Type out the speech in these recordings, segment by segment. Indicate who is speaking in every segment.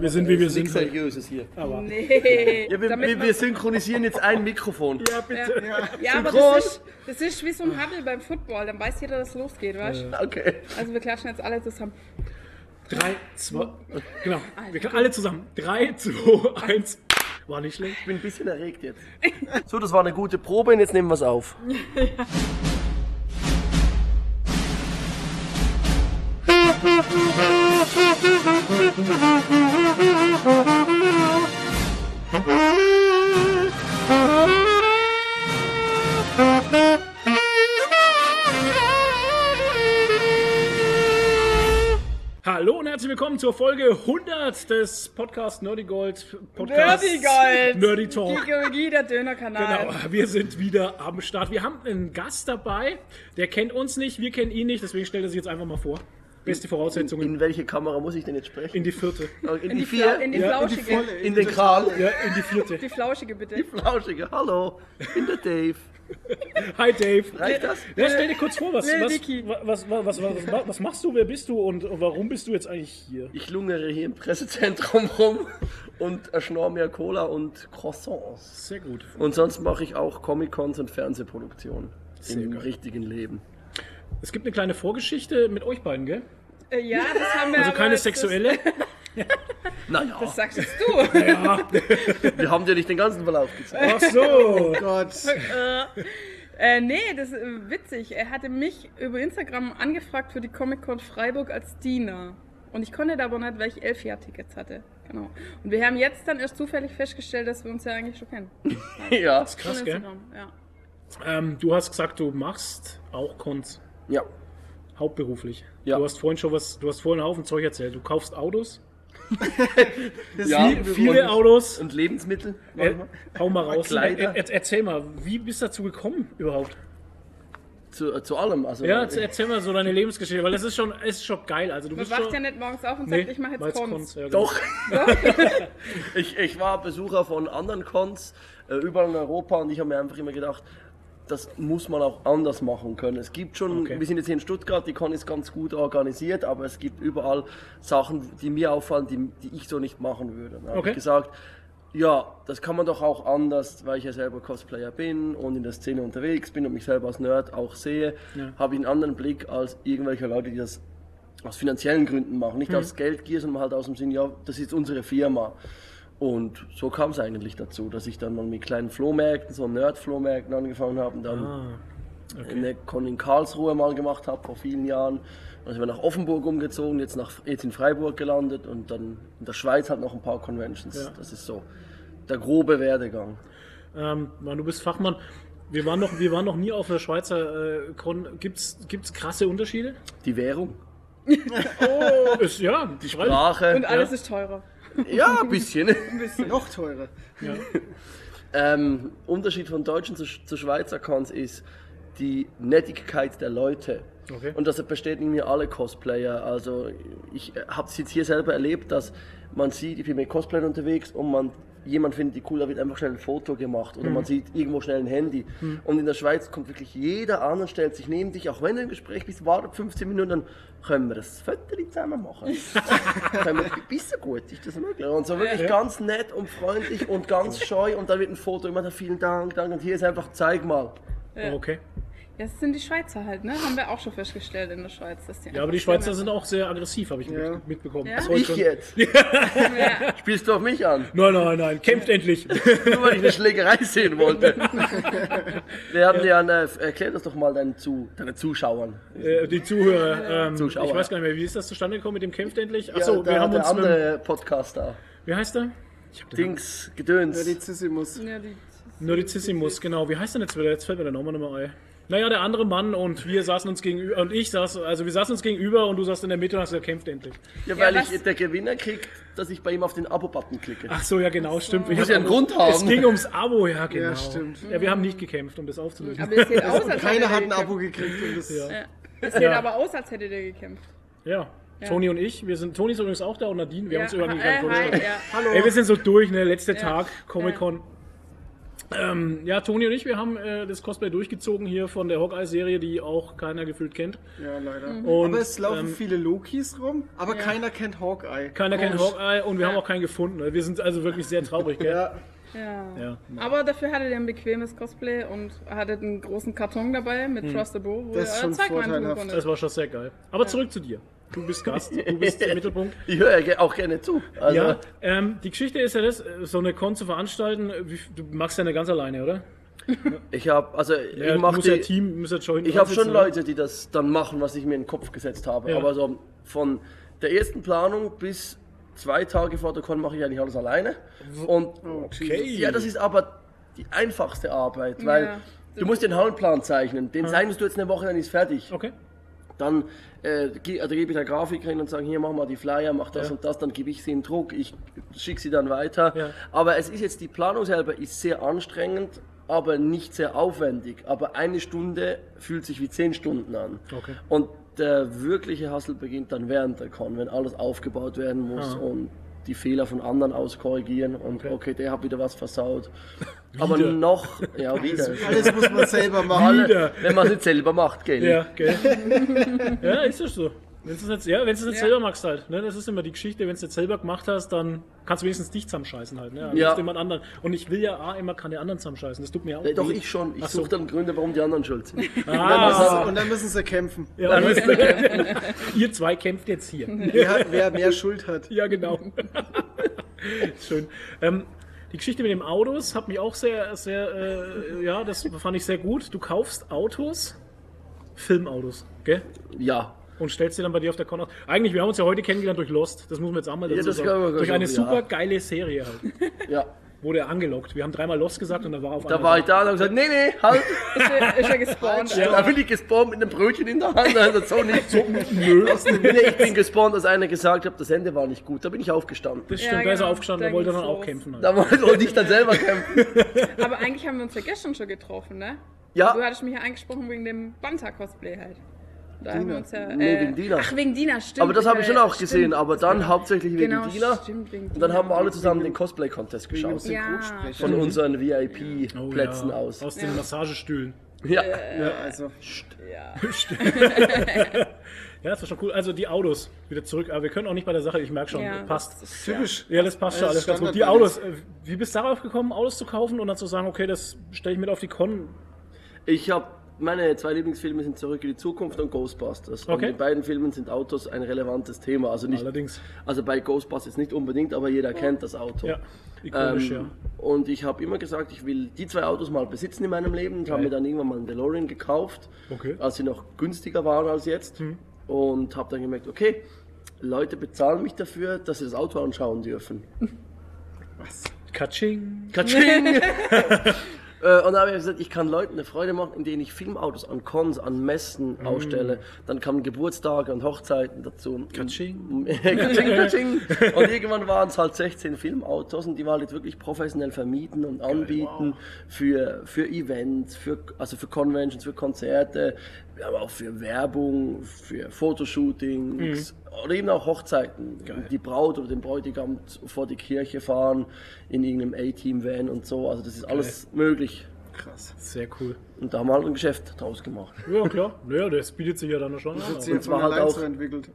Speaker 1: Wir sind, wie wir sind.
Speaker 2: Nichts Seriöses hier.
Speaker 1: Aber
Speaker 3: Nee.
Speaker 2: Ja, wir,
Speaker 3: damit
Speaker 2: wir,
Speaker 3: man-
Speaker 2: wir synchronisieren jetzt ein Mikrofon.
Speaker 1: ja, bitte.
Speaker 3: ja, aber
Speaker 2: groß.
Speaker 3: das ist, das ist wie so ein Huddle beim Football. Dann weiß jeder, dass es losgeht, weißt du?
Speaker 2: Okay.
Speaker 3: Also wir klatschen jetzt alle zusammen.
Speaker 1: Drei, zwei, genau. Wir können alle zusammen. Drei, zwei, eins. War nicht schlecht.
Speaker 2: Ich bin ein bisschen erregt jetzt. So, das war eine gute Probe und jetzt nehmen wir es auf.
Speaker 1: Hallo und herzlich willkommen zur Folge 100 des Podcast Nerdy Gold. Podcast
Speaker 3: Nerdy Gold.
Speaker 1: Nerdy
Speaker 3: Die
Speaker 1: Talk.
Speaker 3: Geologie, der Dönerkanal.
Speaker 1: Genau, wir sind wieder am Start. Wir haben einen Gast dabei, der kennt uns nicht, wir kennen ihn nicht, deswegen stellt er sich jetzt einfach mal vor. Beste
Speaker 2: In,
Speaker 1: Voraussetzungen
Speaker 2: in welche Kamera muss ich denn jetzt sprechen?
Speaker 1: in die vierte.
Speaker 2: Oh, in, die
Speaker 3: Fla-
Speaker 2: vier?
Speaker 3: In die
Speaker 1: Ja, in die
Speaker 3: flauschige.
Speaker 1: volle.
Speaker 2: in den Karl?
Speaker 1: Ja, in die vierte.
Speaker 3: die flauschige, bitte.
Speaker 2: Flauschiger, hallo. In der Dave.
Speaker 1: Hi Dave.
Speaker 2: Reicht das?
Speaker 1: Ja, stell dir kurz vor, was,
Speaker 3: Lil
Speaker 1: was,
Speaker 3: Dicky.
Speaker 1: was, was, was, was, was machst du, wer bist du und warum bist du jetzt eigentlich hier?
Speaker 2: Ich lungere hier im Pressezentrum rum und erschnorre mir Cola und Croissants.
Speaker 1: Sehr gut.
Speaker 2: Und sonst mache ich auch Comic-Cons und Fernsehproduktionen.
Speaker 1: Sehr
Speaker 2: Im
Speaker 1: geil.
Speaker 2: richtigen Leben.
Speaker 1: Es gibt eine kleine Vorgeschichte mit euch beiden, gell?
Speaker 3: Äh, ja, das haben wir
Speaker 1: Also
Speaker 3: aber
Speaker 1: keine
Speaker 3: jetzt-
Speaker 1: sexuelle.
Speaker 2: Naja,
Speaker 3: Das, das sagst jetzt du.
Speaker 2: wir haben dir nicht den ganzen Verlauf gezeigt.
Speaker 1: Ach so.
Speaker 3: Genau. äh, nee, das ist äh, witzig. Er hatte mich über Instagram angefragt für die Comic-Con Freiburg als Diener. Und ich konnte da aber nicht, weil ich elf Jahr Tickets hatte. Genau. Und wir haben jetzt dann erst zufällig festgestellt, dass wir uns ja eigentlich schon kennen.
Speaker 2: Ja.
Speaker 1: Krass,
Speaker 3: Von
Speaker 1: gell?
Speaker 3: Instagram, ja.
Speaker 1: Ähm, du hast gesagt, du machst auch Cons
Speaker 2: ja.
Speaker 1: hauptberuflich.
Speaker 2: Ja.
Speaker 1: Du hast vorhin schon was, du hast vorhin einen Haufen Zeug erzählt. Du kaufst Autos,
Speaker 2: ja.
Speaker 1: viele
Speaker 2: und,
Speaker 1: Autos.
Speaker 2: Und Lebensmittel?
Speaker 1: Äh, hau mal raus.
Speaker 2: Kleider.
Speaker 1: Er, er, erzähl mal, wie bist du dazu gekommen überhaupt?
Speaker 2: Zu, äh, zu allem. Also,
Speaker 1: Ja,
Speaker 2: äh,
Speaker 1: jetzt erzähl mal so deine Lebensgeschichte, weil das ist schon, es ist schon geil. Also du
Speaker 3: Man
Speaker 1: bist
Speaker 3: wacht
Speaker 1: schon,
Speaker 3: ja nicht morgens auf und sagt,
Speaker 1: Nee,
Speaker 3: ich mache jetzt
Speaker 1: weil's
Speaker 3: Cons.
Speaker 1: Cons, ja, genau.
Speaker 2: Doch. ich, ich war Besucher von anderen Cons äh, überall in Europa und ich habe mir einfach immer gedacht, das muss man auch anders machen können. Es gibt schon,
Speaker 1: Okay.
Speaker 2: wir sind jetzt hier in Stuttgart, die Con ist ganz gut organisiert, aber es gibt überall Sachen, die mir auffallen, die, die ich so nicht machen würde. ne? Da habe
Speaker 1: Okay.
Speaker 2: ich gesagt, ja, das kann man doch auch anders, weil ich ja selber Cosplayer bin und in der Szene unterwegs bin und mich selber als Nerd auch sehe,
Speaker 1: Ja.
Speaker 2: habe ich einen anderen Blick als irgendwelche Leute, die das aus finanziellen Gründen machen,
Speaker 1: Mhm.
Speaker 2: nicht aus Geldgier, sondern halt aus dem Sinn, ja, das ist unsere Firma. Und so kam es eigentlich dazu, dass ich dann mal mit kleinen Flohmärkten, so Nerd-Flohmärkten angefangen habe und dann
Speaker 1: Ah,
Speaker 2: eine Con in Karlsruhe mal gemacht habe vor vielen Jahren. Dann sind wir nach Offenburg umgezogen, jetzt, nach, jetzt in Freiburg gelandet und dann in der Schweiz halt noch ein paar Conventions.
Speaker 1: Ja.
Speaker 2: Das ist so der grobe Werdegang.
Speaker 1: ähm, Mann, du bist Fachmann. Wir waren noch, wir waren noch nie auf einer Schweizer äh, Con. Gibt's, gibt's krasse Unterschiede?
Speaker 2: Die Währung,
Speaker 1: Oh, ist, ja, die
Speaker 2: Sprache,
Speaker 3: Und alles
Speaker 1: Ja.
Speaker 3: ist teurer.
Speaker 2: ja, ein bisschen.
Speaker 4: Noch teurer.
Speaker 1: Ja.
Speaker 2: Ähm, Unterschied von deutschen zu, zu Schweizer Cons ist die Nettigkeit der Leute.
Speaker 1: Okay.
Speaker 2: Und das bestätigen mir alle Cosplayer. Also ich habe es jetzt hier selber erlebt, dass man sieht, ich bin mit Cosplayern unterwegs und man jemand findet die cool, da wird einfach schnell ein Foto gemacht oder man sieht irgendwo schnell ein Handy. Und in der Schweiz kommt wirklich jeder an und stellt sich neben dich, auch wenn du im Gespräch bist, wartet 15 Minuten, dann können wir das Fötterchen zusammen machen. können wir, bist du gut, ist das möglich? Und so wirklich ganz nett und freundlich und ganz scheu und dann wird ein Foto immer, vielen Dank, danke und hier ist einfach, zeig mal.
Speaker 1: Okay.
Speaker 3: Ja, das sind die Schweizer halt, ne? Haben wir auch schon festgestellt in der Schweiz. Dass die
Speaker 1: Ja, aber die Schweizer sind auch sehr aggressiv, habe ich mit-
Speaker 4: Ja.
Speaker 1: mitbekommen.
Speaker 3: Ja?
Speaker 1: Das heute
Speaker 2: Ich
Speaker 1: schon-
Speaker 2: jetzt, spielst du auf mich an?
Speaker 1: Nein, nein, nein, kämpft endlich.
Speaker 2: Nur weil ich eine Schlägerei sehen wollte. Wir haben dir an, äh, erklär das doch mal deinen, Zu, deinen Zuschauern.
Speaker 1: äh, die Zuhörer, ähm,
Speaker 2: Zuschauer.
Speaker 1: ich weiß gar nicht mehr, wie ist das zustande gekommen mit dem kämpft endlich?
Speaker 2: Ja,
Speaker 1: Achso,
Speaker 2: da
Speaker 1: wir haben
Speaker 2: der
Speaker 1: uns mit, dem-
Speaker 2: andere Podcaster,
Speaker 1: wie heißt der? Ich hab den
Speaker 2: Dings, Gedöns.
Speaker 4: Redizissimus.
Speaker 3: Ja, die,
Speaker 1: Nerdicissimus, genau. Wie heißt denn jetzt wieder? Jetzt fällt mir der Name nochmal ein. Naja, der andere Mann und wir saßen uns gegenüber, und ich saß, also wir saßen uns gegenüber und du saßt in der Mitte und hast gesagt, kämpft endlich.
Speaker 2: Ja, weil
Speaker 3: Ja,
Speaker 2: ich
Speaker 3: was-
Speaker 2: der Gewinner kriegt, dass ich bei ihm auf den Abo-Button klicke.
Speaker 1: Ach so, ja genau, stimmt. Ich
Speaker 2: Muss
Speaker 1: hab-
Speaker 2: ja einen Grund
Speaker 1: es
Speaker 2: haben.
Speaker 1: ging ums Abo, ja genau. Ja,
Speaker 4: stimmt.
Speaker 1: wir haben nicht gekämpft, um das aufzulösen.
Speaker 3: aber es sieht aus, als hätte
Speaker 4: Keiner
Speaker 3: der
Speaker 4: hat ein
Speaker 3: gekämpft.
Speaker 4: Abo gekriegt und das
Speaker 1: Ja.
Speaker 3: Es sieht aber aus, als hätte der gekämpft.
Speaker 1: Ja. Toni und ich, wir sind, Toni ist übrigens auch da und Nadine, wir haben uns
Speaker 3: ja,
Speaker 1: überhaupt nicht
Speaker 3: äh,
Speaker 1: vorgestellt.
Speaker 3: hi, ja.
Speaker 1: Ey, wir sind so durch, ne? Letzter Tag, Comic-Con. Ähm, ja, Toni und ich, wir haben äh, das Cosplay durchgezogen hier von der Hawkeye-Serie, die auch keiner gefühlt kennt.
Speaker 4: Ja, leider.
Speaker 1: Und,
Speaker 4: aber es
Speaker 1: ähm,
Speaker 4: laufen viele Lokis rum, aber keiner kennt Hawkeye.
Speaker 1: Keiner kennt
Speaker 4: Komisch.
Speaker 1: Hawkeye und wir haben auch keinen gefunden. ne? Wir sind also wirklich sehr traurig, gell?
Speaker 4: Ja,
Speaker 3: Ja.
Speaker 1: Ja.
Speaker 3: Aber dafür hattet ihr ein bequemes Cosplay und hattet einen großen Karton dabei
Speaker 1: Hm.
Speaker 3: mit Trust the Bow, wo ihr
Speaker 4: Das ist
Speaker 3: euer
Speaker 4: schon
Speaker 3: Zeug reintun
Speaker 4: vorteilhaft.
Speaker 1: Das
Speaker 3: konntet.
Speaker 1: war schon sehr geil. Aber zurück zu dir. Du bist Gast, du bist der Mittelpunkt.
Speaker 2: Ich höre ja ge- auch gerne zu. Also,
Speaker 1: Ja, ähm, die Geschichte ist ja das, äh, so eine Con zu veranstalten, äh, wie- du machst ja nicht ganz alleine, oder?
Speaker 2: ich habe also
Speaker 1: Ja,
Speaker 2: ich
Speaker 1: du
Speaker 2: mache
Speaker 1: musst ja Team, muss ja schon hinten
Speaker 2: Ich habe
Speaker 1: dran sitzen,
Speaker 2: schon
Speaker 1: oder?
Speaker 2: Leute, die das dann machen, was ich mir in den Kopf gesetzt habe.
Speaker 1: Ja.
Speaker 2: Aber so von der ersten Planung bis zwei Tage vor der Con mache ich eigentlich alles alleine. Und
Speaker 1: Okay.
Speaker 2: ja, das ist aber die einfachste Arbeit, weil
Speaker 3: Ja.
Speaker 2: du musst den Hallenplan zeichnen. Den zeichnest du jetzt eine Woche, dann ist fertig.
Speaker 1: Okay.
Speaker 2: Dann äh, ge- also gebe ich der Grafikerin und sage, hier mach mal die Flyer, mach das
Speaker 1: Ja.
Speaker 2: und das, dann gebe ich sie in Druck, ich schicke sie dann weiter.
Speaker 1: Ja.
Speaker 2: Aber es ist jetzt, die Planung selber ist sehr anstrengend, aber nicht sehr aufwendig. Aber eine Stunde fühlt sich wie zehn Stunden an.
Speaker 1: Okay.
Speaker 2: Und der wirkliche Hassel beginnt dann während der Con, wenn alles aufgebaut werden muss
Speaker 1: Ah.
Speaker 2: und die Fehler von anderen auskorrigieren und okay, der hat wieder was versaut. Aber
Speaker 1: Wieder.
Speaker 2: noch, ja, wieder.
Speaker 4: alles muss man selber machen.
Speaker 1: Wieder.
Speaker 2: Wenn man es nicht selber macht, gell?
Speaker 1: Ja, gell? ja, ist das so. Wenn du es jetzt, ja, wenn's jetzt
Speaker 3: Ja.
Speaker 1: selber machst halt, ne? Das ist immer die Geschichte, wenn du es jetzt selber gemacht hast, dann kannst du wenigstens dich zusammenscheißen halt, ne?
Speaker 2: Ja.
Speaker 1: Ja. jemand anderen. Und ich will ja A, immer keine anderen zusammenscheißen. Das tut mir auch
Speaker 2: Nee, Äh, doch,
Speaker 1: weh.
Speaker 2: ich schon. Ich
Speaker 1: Ach so.
Speaker 2: suche dann Gründe, warum die anderen schuld sind.
Speaker 1: Ah,
Speaker 4: Und dann müssen sie kämpfen.
Speaker 1: ja, alles- ihr zwei kämpft jetzt hier.
Speaker 4: Wer, wer mehr Schuld hat.
Speaker 1: Ja, genau. Schön. Ähm, die Geschichte mit dem Autos hat mich auch sehr, sehr, äh, ja, das fand ich sehr gut. Du kaufst Autos, Filmautos, gell?
Speaker 2: Ja.
Speaker 1: Und stellst sie dann bei dir auf der Con aus. Eigentlich, wir haben uns ja heute kennengelernt durch Lost, das muss man jetzt auch mal dazu
Speaker 2: Ja, das kann
Speaker 1: sagen.
Speaker 2: man
Speaker 1: Durch
Speaker 2: schon,
Speaker 1: eine
Speaker 2: ja.
Speaker 1: super geile Serie halt.
Speaker 2: Ja.
Speaker 1: Wurde er angelockt. Wir haben dreimal Lost gesagt und da war er auf
Speaker 2: Da
Speaker 1: einmal
Speaker 2: war ich da und hab gesagt, nee, nee, halt.
Speaker 3: Ist er, ist er gespawnt?
Speaker 2: Da bin ich gespawnt mit einem Brötchen in der Hand. Also so nicht. So, nö. Nee, ich bin gespawnt, als einer gesagt hat, das Ende war nicht gut. Da bin ich aufgestanden.
Speaker 1: Das stimmt,
Speaker 3: Ja,
Speaker 1: da ist er
Speaker 3: genau.
Speaker 1: aufgestanden,
Speaker 3: Da
Speaker 1: da wollte er dann
Speaker 3: ging's
Speaker 1: auch
Speaker 3: los.
Speaker 1: kämpfen. Halt.
Speaker 2: Da wollte ich dann selber kämpfen.
Speaker 3: Aber eigentlich haben wir uns ja gestern schon getroffen, ne? Du
Speaker 2: Ja.
Speaker 3: hattest mich ja angesprochen wegen dem Banta-Cosplay halt. Da haben wir uns ja. äh,
Speaker 2: Nee, wegen Dina.
Speaker 3: Ach, wegen Dina, stimmt.
Speaker 2: Aber das habe ich schon
Speaker 3: äh,
Speaker 2: auch gesehen.
Speaker 3: stimmt.
Speaker 2: Aber dann hauptsächlich wegen
Speaker 3: genau,
Speaker 2: Dina.
Speaker 3: Stimmt, wegen
Speaker 2: Und dann haben wir alle zusammen
Speaker 4: Wegen-
Speaker 2: den Cosplay-Contest geschaut.
Speaker 4: Synchronsprecher.
Speaker 2: Von
Speaker 4: Ja.
Speaker 2: unseren
Speaker 1: Oh,
Speaker 2: VIP-Plätzen
Speaker 1: ja.
Speaker 2: aus.
Speaker 1: Aus den
Speaker 3: Ja.
Speaker 1: Massagestühlen.
Speaker 2: Ja.
Speaker 4: Ja, also.
Speaker 3: Ja.
Speaker 1: Ja, das war schon cool. Also die Autos, wieder zurück. Aber wir können auch nicht bei der Sache, ich merke schon,
Speaker 3: ja,
Speaker 1: passt.
Speaker 3: das ist-
Speaker 4: Typisch.
Speaker 1: Ja, das passt schon
Speaker 4: Das
Speaker 1: alles
Speaker 4: ist
Speaker 1: ganz gut. Die
Speaker 4: Standard
Speaker 1: Autos, äh, wie bist du darauf gekommen, Autos zu kaufen und dann zu sagen, okay, das stelle ich mit auf die Con?
Speaker 2: Ich habe meine zwei Lieblingsfilme sind Zurück in die Zukunft und Ghostbusters. Und
Speaker 1: Okay.
Speaker 2: in beiden Filmen sind Autos ein relevantes Thema. Also nicht,
Speaker 1: Allerdings.
Speaker 2: also bei Ghostbusters nicht unbedingt, aber jeder kennt das Auto.
Speaker 1: Ja, ikonisch,
Speaker 2: Ähm, Und ich habe immer gesagt, ich will die zwei Autos mal besitzen in meinem Leben und habe mir dann irgendwann mal einen DeLorean gekauft,
Speaker 1: Okay. Hm.
Speaker 2: als sie noch günstiger waren als jetzt. Und habe dann gemerkt, okay, Leute bezahlen mich dafür, dass sie das Auto anschauen dürfen.
Speaker 1: ja. Katsching.
Speaker 2: Katsching! äh, und da habe ich gesagt, ich kann Leuten eine Freude machen, indem ich Filmautos an Cons, an Messen ausstelle. Dann kamen Geburtstage und Hochzeiten dazu.
Speaker 1: Katsching.
Speaker 2: Katsching, katsching. Und irgendwann waren es halt 16 Filmautos und die waren jetzt wirklich professionell vermieten und anbieten für, für Events, für, also für Conventions, für Konzerte, aber auch für Werbung, für Fotoshootings oder eben auch Hochzeiten. Die Braut oder den Bräutigam z- vor die Kirche fahren in irgendeinem A-Team-Van und so. Also das ist alles möglich.
Speaker 4: Krass.
Speaker 1: Sehr cool.
Speaker 2: Und da haben wir halt ein Geschäft draus gemacht.
Speaker 1: Ja, klar. Naja, das bietet sich ja dann schon
Speaker 4: Das
Speaker 1: an.
Speaker 4: hat sich ja
Speaker 2: zwar
Speaker 4: von
Speaker 2: halt
Speaker 4: allein
Speaker 2: auch-
Speaker 4: so entwickelt.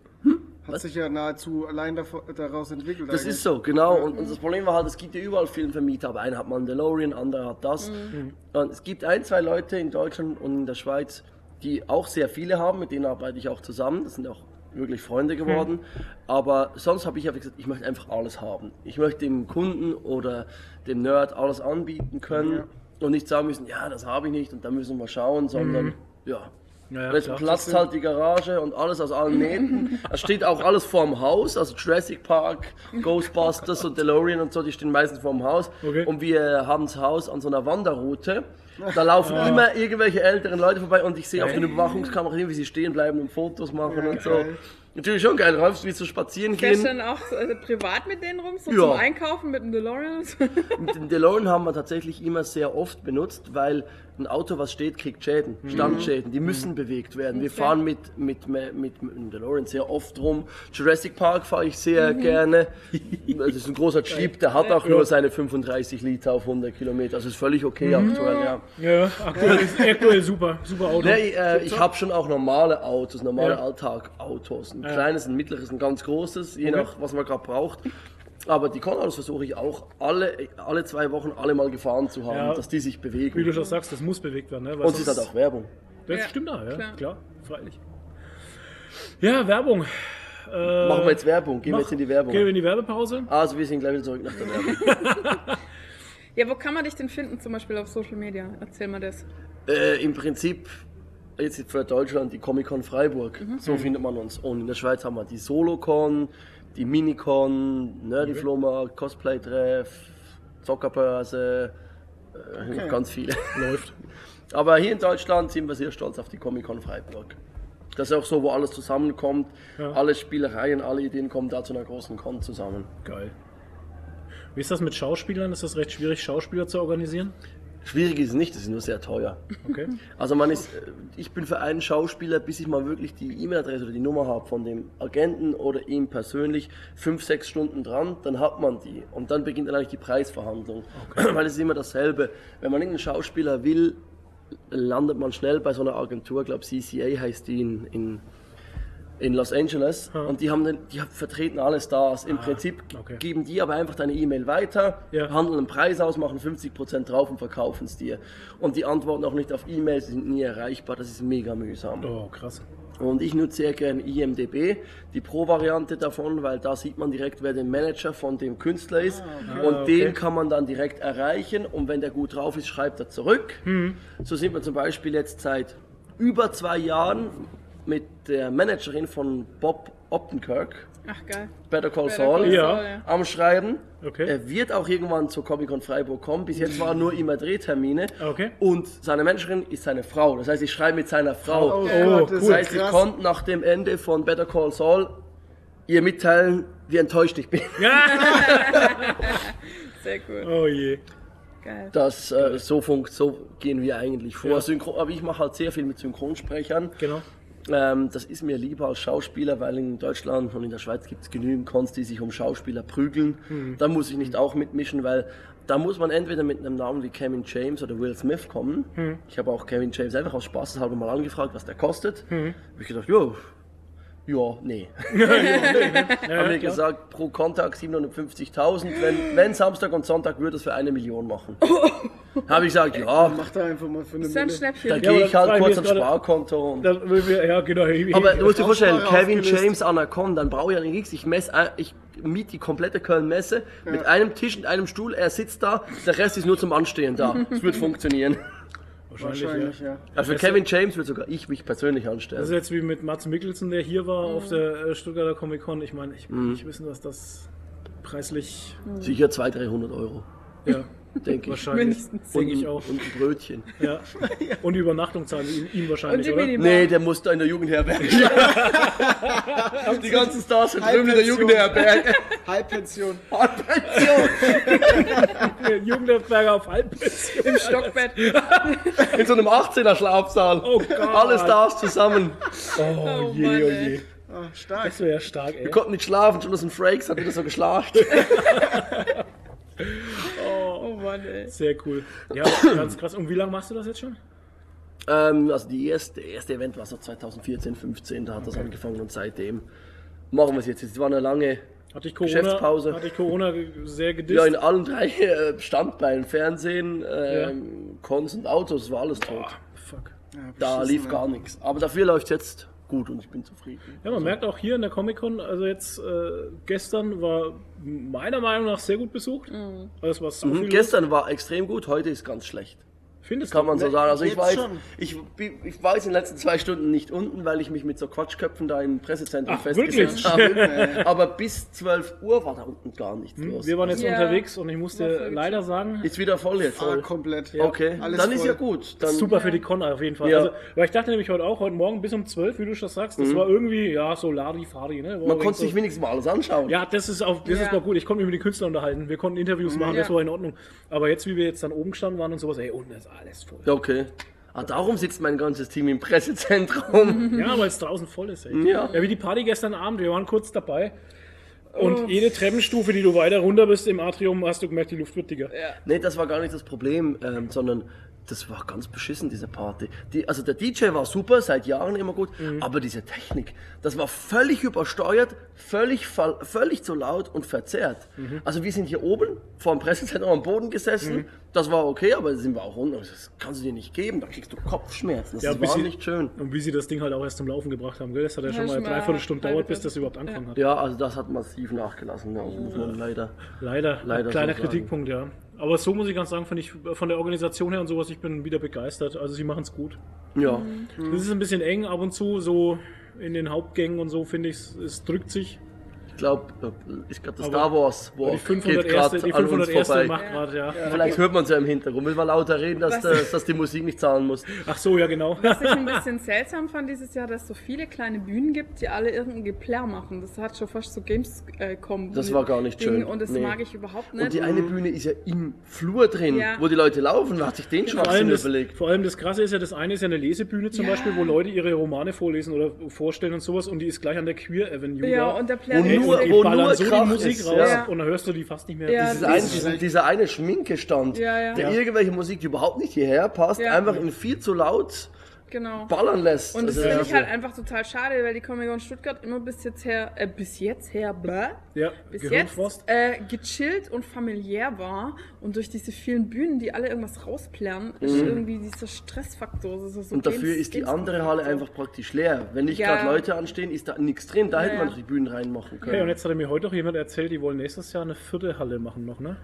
Speaker 4: Hat sich ja nahezu allein davor, daraus entwickelt.
Speaker 2: Das
Speaker 4: eigentlich.
Speaker 2: ist so, genau. Und, und das Problem war halt, es gibt ja überall Filmvermieter. Aber einer hat Mandalorian, anderer hat das.
Speaker 1: Mhm.
Speaker 2: Und es gibt ein, zwei Leute in Deutschland und in der Schweiz, die auch sehr viele haben. Mit denen arbeite ich auch zusammen. Das sind auch wirklich
Speaker 1: Mhm.
Speaker 2: Freunde geworden. Aber sonst habe ich einfach gesagt, ich möchte einfach alles haben. Ich möchte dem Kunden oder dem Nerd alles anbieten können und nicht sagen müssen, ja, das habe ich nicht und da müssen wir schauen, sondern ja.
Speaker 1: Mhm. Ja, ja,
Speaker 2: Und jetzt
Speaker 1: klar.
Speaker 2: platzt halt die Garage und alles aus allen Nähten. Es steht auch alles vorm Haus, also Jurassic Park, Ghostbusters und DeLorean und so, die stehen meistens vorm Haus.
Speaker 1: Okay.
Speaker 2: Und wir haben das Haus an so einer Wanderroute Da laufen immer irgendwelche älteren Leute vorbei und ich sehe auf den Überwachungskameras, wie sie stehen bleiben und Fotos machen und so.
Speaker 4: geil.
Speaker 2: Natürlich schon geil, Ralf, wie zu spazieren gehen.
Speaker 3: Gestern auch so, also privat mit denen rum, so
Speaker 2: Ja.
Speaker 3: zum Einkaufen mit dem DeLorean. und so.
Speaker 2: Und Den DeLorean haben wir tatsächlich immer sehr oft benutzt, weil ein Auto, was steht, kriegt Schäden, Standschäden, die müssen bewegt werden. Wir fahren mit, mit, mit, mit, mit dem DeLorean sehr oft rum. Jurassic Park fahre ich sehr gerne. Das ist ein großer Jeep, der hat auch nur seine 35 Liter auf 100 Kilometer. Also ist völlig okay aktuell, ja.
Speaker 1: Ja, aktuell, ist, aktuell super, super Auto.
Speaker 2: Nee, äh, ich habe schon auch normale Autos, normale
Speaker 1: Ja.
Speaker 2: Alltagautos. Ein kleines, ein mittleres, ein ganz großes, je nach was man gerade braucht. Aber die Konrads versuche ich auch alle, alle zwei Wochen alle mal gefahren zu haben,
Speaker 1: Ja.
Speaker 2: dass die sich
Speaker 1: Wie du
Speaker 2: bewegen.
Speaker 1: schon sagst, das muss bewegt werden. Ne? Weil
Speaker 2: Und sie hat
Speaker 1: sonst-
Speaker 2: auch Werbung.
Speaker 1: Das
Speaker 3: Ja,
Speaker 1: stimmt da, ja, klar.
Speaker 3: klar.
Speaker 1: freilich. Ja, Werbung. Äh,
Speaker 2: Machen wir jetzt Werbung, gehen wir
Speaker 1: mach-
Speaker 2: jetzt in die Werbung.
Speaker 1: Gehen wir in die Werbepause?
Speaker 2: Also wir sind gleich wieder zurück nach der Werbung.
Speaker 3: Ja, wo kann man dich denn finden, zum Beispiel auf Social Media? Erzähl mal das.
Speaker 2: äh, Im Prinzip, jetzt für Deutschland die Comic-Con Freiburg, so findet man uns. Und in der Schweiz haben wir die Solocon, die Minicon, Nerdyfloma, Cosplay-Treff, Zockerbörse, äh, noch ganz viele.
Speaker 1: Läuft.
Speaker 2: Aber hier in Deutschland sind wir sehr stolz auf die Comic-Con Freiburg. Das ist auch so, wo alles zusammenkommt, alle Spielereien, alle Ideen kommen da zu einer großen Con zusammen.
Speaker 1: Geil. Wie ist das mit Schauspielern? Ist das recht schwierig, Schauspieler zu organisieren?
Speaker 2: Schwierig ist es nicht, es ist nur sehr teuer.
Speaker 1: Okay.
Speaker 2: Also man ist, äh, ich bin für einen Schauspieler, bis ich mal wirklich die E-Mail-Adresse oder die Nummer habe von dem Agenten oder ihm persönlich, fünf, sechs Stunden dran, dann hat man die. Und dann beginnt dann eigentlich die Preisverhandlung. Weil es ist immer dasselbe. Wenn man irgendeinen Schauspieler will, landet man schnell bei so einer Agentur, glaube CCA heißt die in, in, in Los Angeles. Und die haben den, die vertreten alle Stars. Im Prinzip
Speaker 1: Ah, okay.
Speaker 2: geben die aber einfach deine E-Mail weiter,
Speaker 1: Ja.
Speaker 2: handeln einen Preis aus, machen 50% drauf und verkaufen es dir. Und die antworten auch nicht auf E-Mails, die sind nie erreichbar, das ist mega mühsam.
Speaker 1: Oh, krass.
Speaker 2: Und ich nutze sehr gerne IMDB, die Pro-Variante davon, weil da sieht man direkt, wer der Manager von dem Künstler ist. Und
Speaker 1: okay.
Speaker 2: den kann man dann direkt erreichen. Und wenn der gut drauf ist, schreibt er zurück. So sind wir zum Beispiel jetzt seit über zwei Jahren mit der Managerin von Bob Optenkirk,
Speaker 3: Ach, geil.
Speaker 2: Better Call
Speaker 3: Better
Speaker 2: Saul,
Speaker 3: Call
Speaker 1: Ja.
Speaker 3: Saul, ja.
Speaker 2: am Schreiben.
Speaker 1: Okay.
Speaker 2: Er wird auch irgendwann zur Comic-Con Freiburg kommen. Bis jetzt waren nur immer Drehtermine.
Speaker 1: Ah, Okay.
Speaker 2: Und seine Managerin ist seine Frau. Das heißt, ich schreibe mit seiner Frau.
Speaker 1: Oh,
Speaker 4: Oh, Gott, das
Speaker 1: cool.
Speaker 2: Das
Speaker 4: ist
Speaker 2: heißt, ich
Speaker 4: krass.
Speaker 2: konnte nach dem Ende von Better Call Saul ihr mitteilen, wie enttäuscht ich bin.
Speaker 1: Ja!
Speaker 3: Sehr cool.
Speaker 1: Oh je.
Speaker 3: Geil.
Speaker 2: Das, äh, so, funkt, so gehen wir eigentlich vor. Synchro, aber ich mache halt sehr viel mit Synchronsprechern.
Speaker 1: Genau.
Speaker 2: Ähm, das ist mir lieber als Schauspieler, weil in Deutschland und in der Schweiz gibt es genügend Cons, die sich um Schauspieler prügeln. Da muss ich nicht auch mitmischen, weil da muss man entweder mit einem Namen wie Kevin James oder Will Smith kommen. Ich habe auch Kevin James einfach aus Spaß halber mal angefragt, was der kostet. Hab ich gedacht, jo, ja, nee. haben mir gesagt, pro Kontakt 750.000. Wenn, wenn Samstag und Sonntag würde es für eine Million machen. habe ich gesagt, ja,
Speaker 4: Mach da einfach mal für eine
Speaker 3: Ist ja ein
Speaker 4: Mille.
Speaker 2: da
Speaker 3: Schnäppchen.
Speaker 1: Ja, aber
Speaker 2: gehe ich halt
Speaker 1: bei mir
Speaker 2: kurz
Speaker 1: ist
Speaker 2: am
Speaker 1: gerade-
Speaker 2: Sparkonto und
Speaker 1: Das, wir, ja, genau. Ich-
Speaker 2: aber du musst dir vorstellen,
Speaker 4: Aussprache
Speaker 2: Kevin
Speaker 4: aufgelöst.
Speaker 2: James Anacon, dann brauche ich ja nichts. Ich messe, ein- ich miete die komplette Köln-Messe mit einem Tisch und einem Stuhl. Er sitzt da, der Rest ist nur zum Anstehen da. Es wird funktionieren.
Speaker 1: wahrscheinlich,
Speaker 4: Wahrscheinlich,
Speaker 1: ja.
Speaker 4: ja.
Speaker 2: Also für Kevin James würde sogar ich mich persönlich anstellen.
Speaker 1: Das ist jetzt wie mit Mats Mikkelsen, der hier war auf der äh, Stuttgarter Comic Con. Ich meine, ich will nicht wissen, dass das preislich.
Speaker 2: Sicher 200, 300 Euro,
Speaker 1: Ja,
Speaker 2: denke ich.
Speaker 1: wahrscheinlich.
Speaker 3: Mindestens.
Speaker 1: Denke ich auch.
Speaker 2: Und ein Brötchen.
Speaker 1: Ja. Und die Übernachtung zahlen sie ihm, ihm
Speaker 3: Und
Speaker 1: wahrscheinlich,
Speaker 3: die
Speaker 1: oder?
Speaker 3: Minibar.
Speaker 2: Nee, der muss da in der Jugendherberge. die ganzen Stars sind drüben in der
Speaker 4: Halbpension.
Speaker 2: Jugendherberge.
Speaker 4: Halbpension.
Speaker 1: Jugendberger auf Alpenpension.
Speaker 3: Im Stockbett.
Speaker 2: In so einem 18er Schlafsaal.
Speaker 1: Oh Gott.
Speaker 2: Alle Stars zusammen.
Speaker 1: Oh,
Speaker 3: je, Mann, oh ey. je.
Speaker 4: Ah, stark.
Speaker 1: Das wäre ja stark, ey.
Speaker 2: Wir konnten nicht schlafen, schon aus dem Frakes hat wieder so geschlacht.
Speaker 3: Oh Mann, ey.
Speaker 1: Sehr cool. Ja, ganz krass. Und wie lange machst du das jetzt schon?
Speaker 2: Ähm, also die erste, erste Event war so 2014, 15, da hat das angefangen und seitdem machen wir es jetzt. Es war eine lange,
Speaker 1: Hatte ich Corona,
Speaker 2: Geschäftspause.
Speaker 1: Hatte ich Corona ge- sehr
Speaker 2: ja in
Speaker 1: gedisst.
Speaker 2: allen drei äh, Standbeinen, Fernsehen, ähm, Cons und Autos, war alles tot.
Speaker 1: Fuck.
Speaker 2: da lief
Speaker 4: beschissen,
Speaker 2: gar nichts. Aber dafür läuft es jetzt gut und ich bin zufrieden.
Speaker 1: Ja,
Speaker 3: Also-
Speaker 1: man merkt auch hier in der Comic-Con, also jetzt äh, gestern war meiner Meinung nach sehr gut besucht. Also es war so
Speaker 2: Mhm,
Speaker 1: viel los.
Speaker 2: Gestern war extrem gut, heute ist ganz schlecht.
Speaker 1: Findest
Speaker 2: Kann
Speaker 1: du?
Speaker 2: man so sagen. Also ich
Speaker 4: jetzt
Speaker 2: weiß,
Speaker 4: schon.
Speaker 2: ich, bin- ich war jetzt in den letzten zwei Stunden nicht unten, weil ich mich mit so Quatschköpfen da im Pressezentrum
Speaker 1: Ach,
Speaker 2: festgesetzt
Speaker 1: wirklich? Hm,
Speaker 2: habe. Aber bis 12 Uhr war da unten gar nichts los.
Speaker 1: Wir waren jetzt
Speaker 3: Ja.
Speaker 1: unterwegs und ich
Speaker 3: War
Speaker 1: musste
Speaker 3: voll
Speaker 1: leider sagen,
Speaker 2: Ist wieder voll jetzt.
Speaker 4: Ah,
Speaker 2: Voll.
Speaker 4: komplett.
Speaker 2: Okay,
Speaker 4: Alles
Speaker 2: dann ist
Speaker 4: voll.
Speaker 2: ja gut. Dann
Speaker 1: super für die Con auf jeden Fall.
Speaker 2: Ja. Mhm.
Speaker 1: Also, weil ich dachte nämlich heute auch, heute Morgen bis um 12, wie du schon sagst, das war irgendwie, ja, so Larifari, ne? War
Speaker 2: Man
Speaker 1: irgendwie
Speaker 2: konnte sich
Speaker 1: so-
Speaker 2: wenigstens mal alles anschauen.
Speaker 1: Ja, das ist auch, das
Speaker 3: Ja.
Speaker 1: ist mal gut. Ich konnte mich mit den Künstlern unterhalten. Wir konnten Interviews
Speaker 2: Mhm.
Speaker 1: machen, das
Speaker 3: Ja.
Speaker 1: war in Ordnung. Aber jetzt, wie wir jetzt dann oben standen waren und sowas, ey, unten ist alles voll.
Speaker 2: Ja, Okay. Ah, darum sitzt mein ganzes Team im Pressezentrum.
Speaker 1: Ja, weil es draußen voll ist, ey.
Speaker 2: Mhm. Ja.
Speaker 1: ja, wie die Party gestern Abend, wir waren kurz dabei. Und
Speaker 2: Oh.
Speaker 1: jede Treppenstufe, die du weiter runter bist im Atrium, hast du gemerkt, die Luft wird dicker.
Speaker 2: nee, das war gar nicht das Problem, ähm, sondern das war ganz beschissen, diese Party. Die, also der DJ war super, seit Jahren immer gut, aber diese Technik, das war völlig übersteuert, völlig, fall- völlig zu laut und verzerrt. Also wir sind hier oben vor dem Pressezentrum am Boden gesessen, das war okay, aber sind wir auch unten. Also Das kannst du dir nicht geben, da kriegst du Kopfschmerzen. Das
Speaker 1: Ja,
Speaker 2: war
Speaker 1: ein bisschen-
Speaker 2: nicht schön.
Speaker 1: Und wie sie das Ding halt auch erst zum Laufen gebracht haben, gell? Das hat ja schon
Speaker 3: Ja,
Speaker 1: mal
Speaker 3: schon
Speaker 1: eine
Speaker 3: mal
Speaker 1: Dreiviertelstunde
Speaker 3: halbe
Speaker 1: dauert, bis
Speaker 3: Stunde.
Speaker 1: das überhaupt angefangen hat.
Speaker 2: Ja, also das hat massiv nachgelassen, ja, muss man leider.
Speaker 1: Leider,
Speaker 2: Leider
Speaker 1: kleiner
Speaker 2: so sagen.
Speaker 1: Kritikpunkt, ja. Aber so muss ich ganz sagen, finde ich von der Organisation her und sowas, ich bin wieder begeistert. Also sie machen es gut.
Speaker 2: Ja.
Speaker 3: Mhm.
Speaker 2: Hm.
Speaker 1: Es ist ein bisschen eng ab und zu, so in den Hauptgängen und so, finde ich, es drückt sich.
Speaker 2: Ich äh, glaube, ich glaube, das
Speaker 1: Aber-
Speaker 2: Star Wars
Speaker 1: Aber die
Speaker 2: Walk geht
Speaker 1: 501.
Speaker 2: gerade
Speaker 1: Die
Speaker 2: an uns
Speaker 1: 501.
Speaker 2: vorbei.
Speaker 1: macht gerade, ja.
Speaker 2: Vielleicht hört man es ja im Hintergrund. Müssen wir lauter reden, dass,
Speaker 3: Was-
Speaker 2: der- dass die Musik nicht zahlen muss.
Speaker 1: Ach so, ja, genau.
Speaker 3: Was ich ein bisschen seltsam fand dieses Jahr, dass es so viele kleine Bühnen gibt, die alle irgendein Geplärr machen. Das hat schon fast so äh, Gamescom.
Speaker 2: Das war gar nicht
Speaker 3: Ding
Speaker 2: schön.
Speaker 3: Und das
Speaker 2: Nee.
Speaker 3: mag ich überhaupt nicht.
Speaker 2: Und die eine Bühne ist ja im Flur drin,
Speaker 3: Ja.
Speaker 2: wo die Leute laufen. Wer hat sich den
Speaker 1: Vor allem,
Speaker 2: Schwachsinn
Speaker 1: das,
Speaker 2: überlegt?
Speaker 1: vor allem das Krasse ist ja, das eine ist ja eine Lesebühne zum
Speaker 3: Ja.
Speaker 1: Beispiel, wo Leute ihre Romane vorlesen oder vorstellen und sowas und die ist gleich an der Queer Avenue.
Speaker 3: ja,
Speaker 1: da.
Speaker 3: und der Plärr
Speaker 2: Und
Speaker 1: Ey,
Speaker 2: nur-
Speaker 1: und die
Speaker 2: wo
Speaker 1: ballern
Speaker 2: nur
Speaker 1: so die
Speaker 2: Krach
Speaker 1: Musik
Speaker 2: ist,
Speaker 1: raus
Speaker 2: ja.
Speaker 1: und dann hörst du die fast nicht mehr.
Speaker 3: Ja,
Speaker 1: Das
Speaker 2: Dieses
Speaker 1: ist-
Speaker 2: eine,
Speaker 4: ist
Speaker 2: diesen-
Speaker 4: schlecht.
Speaker 2: dieser eine Schminkestand,
Speaker 3: Ja, ja.
Speaker 2: der
Speaker 1: Ja.
Speaker 2: irgendwelche Musik, die überhaupt nicht hierher passt,
Speaker 3: Ja.
Speaker 2: einfach in viel zu laut
Speaker 3: genau.
Speaker 2: ballern lässt.
Speaker 3: Und das
Speaker 2: Also,
Speaker 3: finde ich halt einfach total schade, weil die Comic-Con Stuttgart immer bis jetzt her, äh, bis jetzt her, bläh,
Speaker 1: ja,
Speaker 3: bis
Speaker 1: Gehirnfrost.
Speaker 3: jetzt äh, gechillt und familiär war. Und durch diese vielen Bühnen, die alle irgendwas rausplärren, ist irgendwie dieser Stressfaktor. Das ist so
Speaker 2: Mhm. Und dafür
Speaker 3: Games-
Speaker 2: ist die
Speaker 3: Gamescom-
Speaker 2: andere Halle einfach praktisch leer. Wenn nicht
Speaker 3: Ja.
Speaker 2: gerade Leute anstehen, ist da nichts drin. Da hätte
Speaker 3: Ja,
Speaker 2: man
Speaker 3: ja.
Speaker 2: doch die Bühnen reinmachen können.
Speaker 1: Hey, und jetzt hat mir heute noch jemand erzählt, die wollen nächstes Jahr eine vierte Halle machen noch, ne?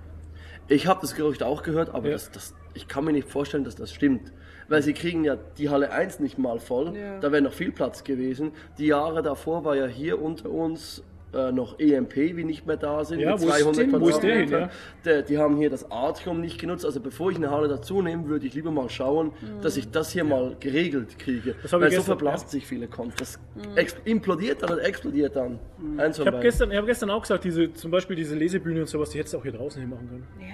Speaker 2: Ich habe das Gerücht auch gehört, aber
Speaker 1: Ja.
Speaker 2: das, das, ich kann mir nicht vorstellen, dass das stimmt. Weil sie kriegen ja die Halle 1 nicht mal voll.
Speaker 3: Ja.
Speaker 2: Da wäre noch viel Platz gewesen. Die Jahre davor war ja hier unter uns äh, noch EMP, wie nicht mehr da sind,
Speaker 1: Ja,
Speaker 2: mit
Speaker 1: wo ist-
Speaker 2: 200
Speaker 1: stimmt, wo ist der hin,
Speaker 2: Quadratmeter. Der- Die haben hier das Atrium nicht genutzt. Also bevor ich eine Halle dazu nehme, würde ich lieber mal schauen, dass ich das hier mal geregelt kriege.
Speaker 1: Mhm. Das hab
Speaker 2: Weil so
Speaker 1: ich gestern- Mhm.
Speaker 2: verblasst sich viele kommt. Das ex- implodiert dann und explodiert dann. Eins
Speaker 1: Ich
Speaker 2: von
Speaker 1: habe
Speaker 2: beiden.
Speaker 1: gestern, ich hab gestern auch gesagt, diese, zum Beispiel diese Lesebühne und sowas, die hättest du auch hier draußen hin machen können.
Speaker 2: Ja,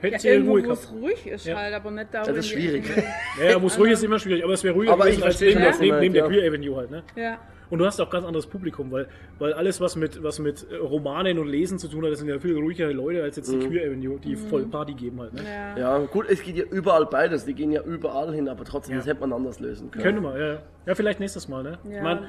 Speaker 1: Hätten
Speaker 3: Ja,
Speaker 1: sie ihre
Speaker 3: irgendwo,
Speaker 1: Ruhe
Speaker 3: wo es
Speaker 1: gehabt.
Speaker 3: ruhig ist
Speaker 1: Ja.
Speaker 3: halt, aber nicht da,
Speaker 2: das ist
Speaker 3: in die
Speaker 2: schwierig.
Speaker 3: Ecken.
Speaker 1: Ja, wo es ruhig ist, immer schwierig, aber es wäre ruhiger
Speaker 2: Aber ich
Speaker 1: gewesen als
Speaker 2: verstehe,
Speaker 1: neben, der,
Speaker 2: was du
Speaker 1: neben, neben der
Speaker 2: meinst, ja.
Speaker 1: Queer Avenue halt, ne?
Speaker 3: Ja.
Speaker 1: Und du hast auch ganz anderes Publikum, weil, weil alles, was mit, was mit äh, Romanen und Lesen zu tun hat, das sind ja viel ruhigere Leute als jetzt
Speaker 2: Mhm.
Speaker 1: die Queer Avenue, die
Speaker 3: Mhm.
Speaker 1: voll Party geben halt. Ne?
Speaker 3: Ja.
Speaker 2: Ja, gut, es geht ja überall beides, die gehen ja überall hin, aber trotzdem, das hätte man anders lösen können.
Speaker 1: Könnte man, ja. Ja, vielleicht nächstes Mal, ne?
Speaker 3: Ja.
Speaker 1: Man,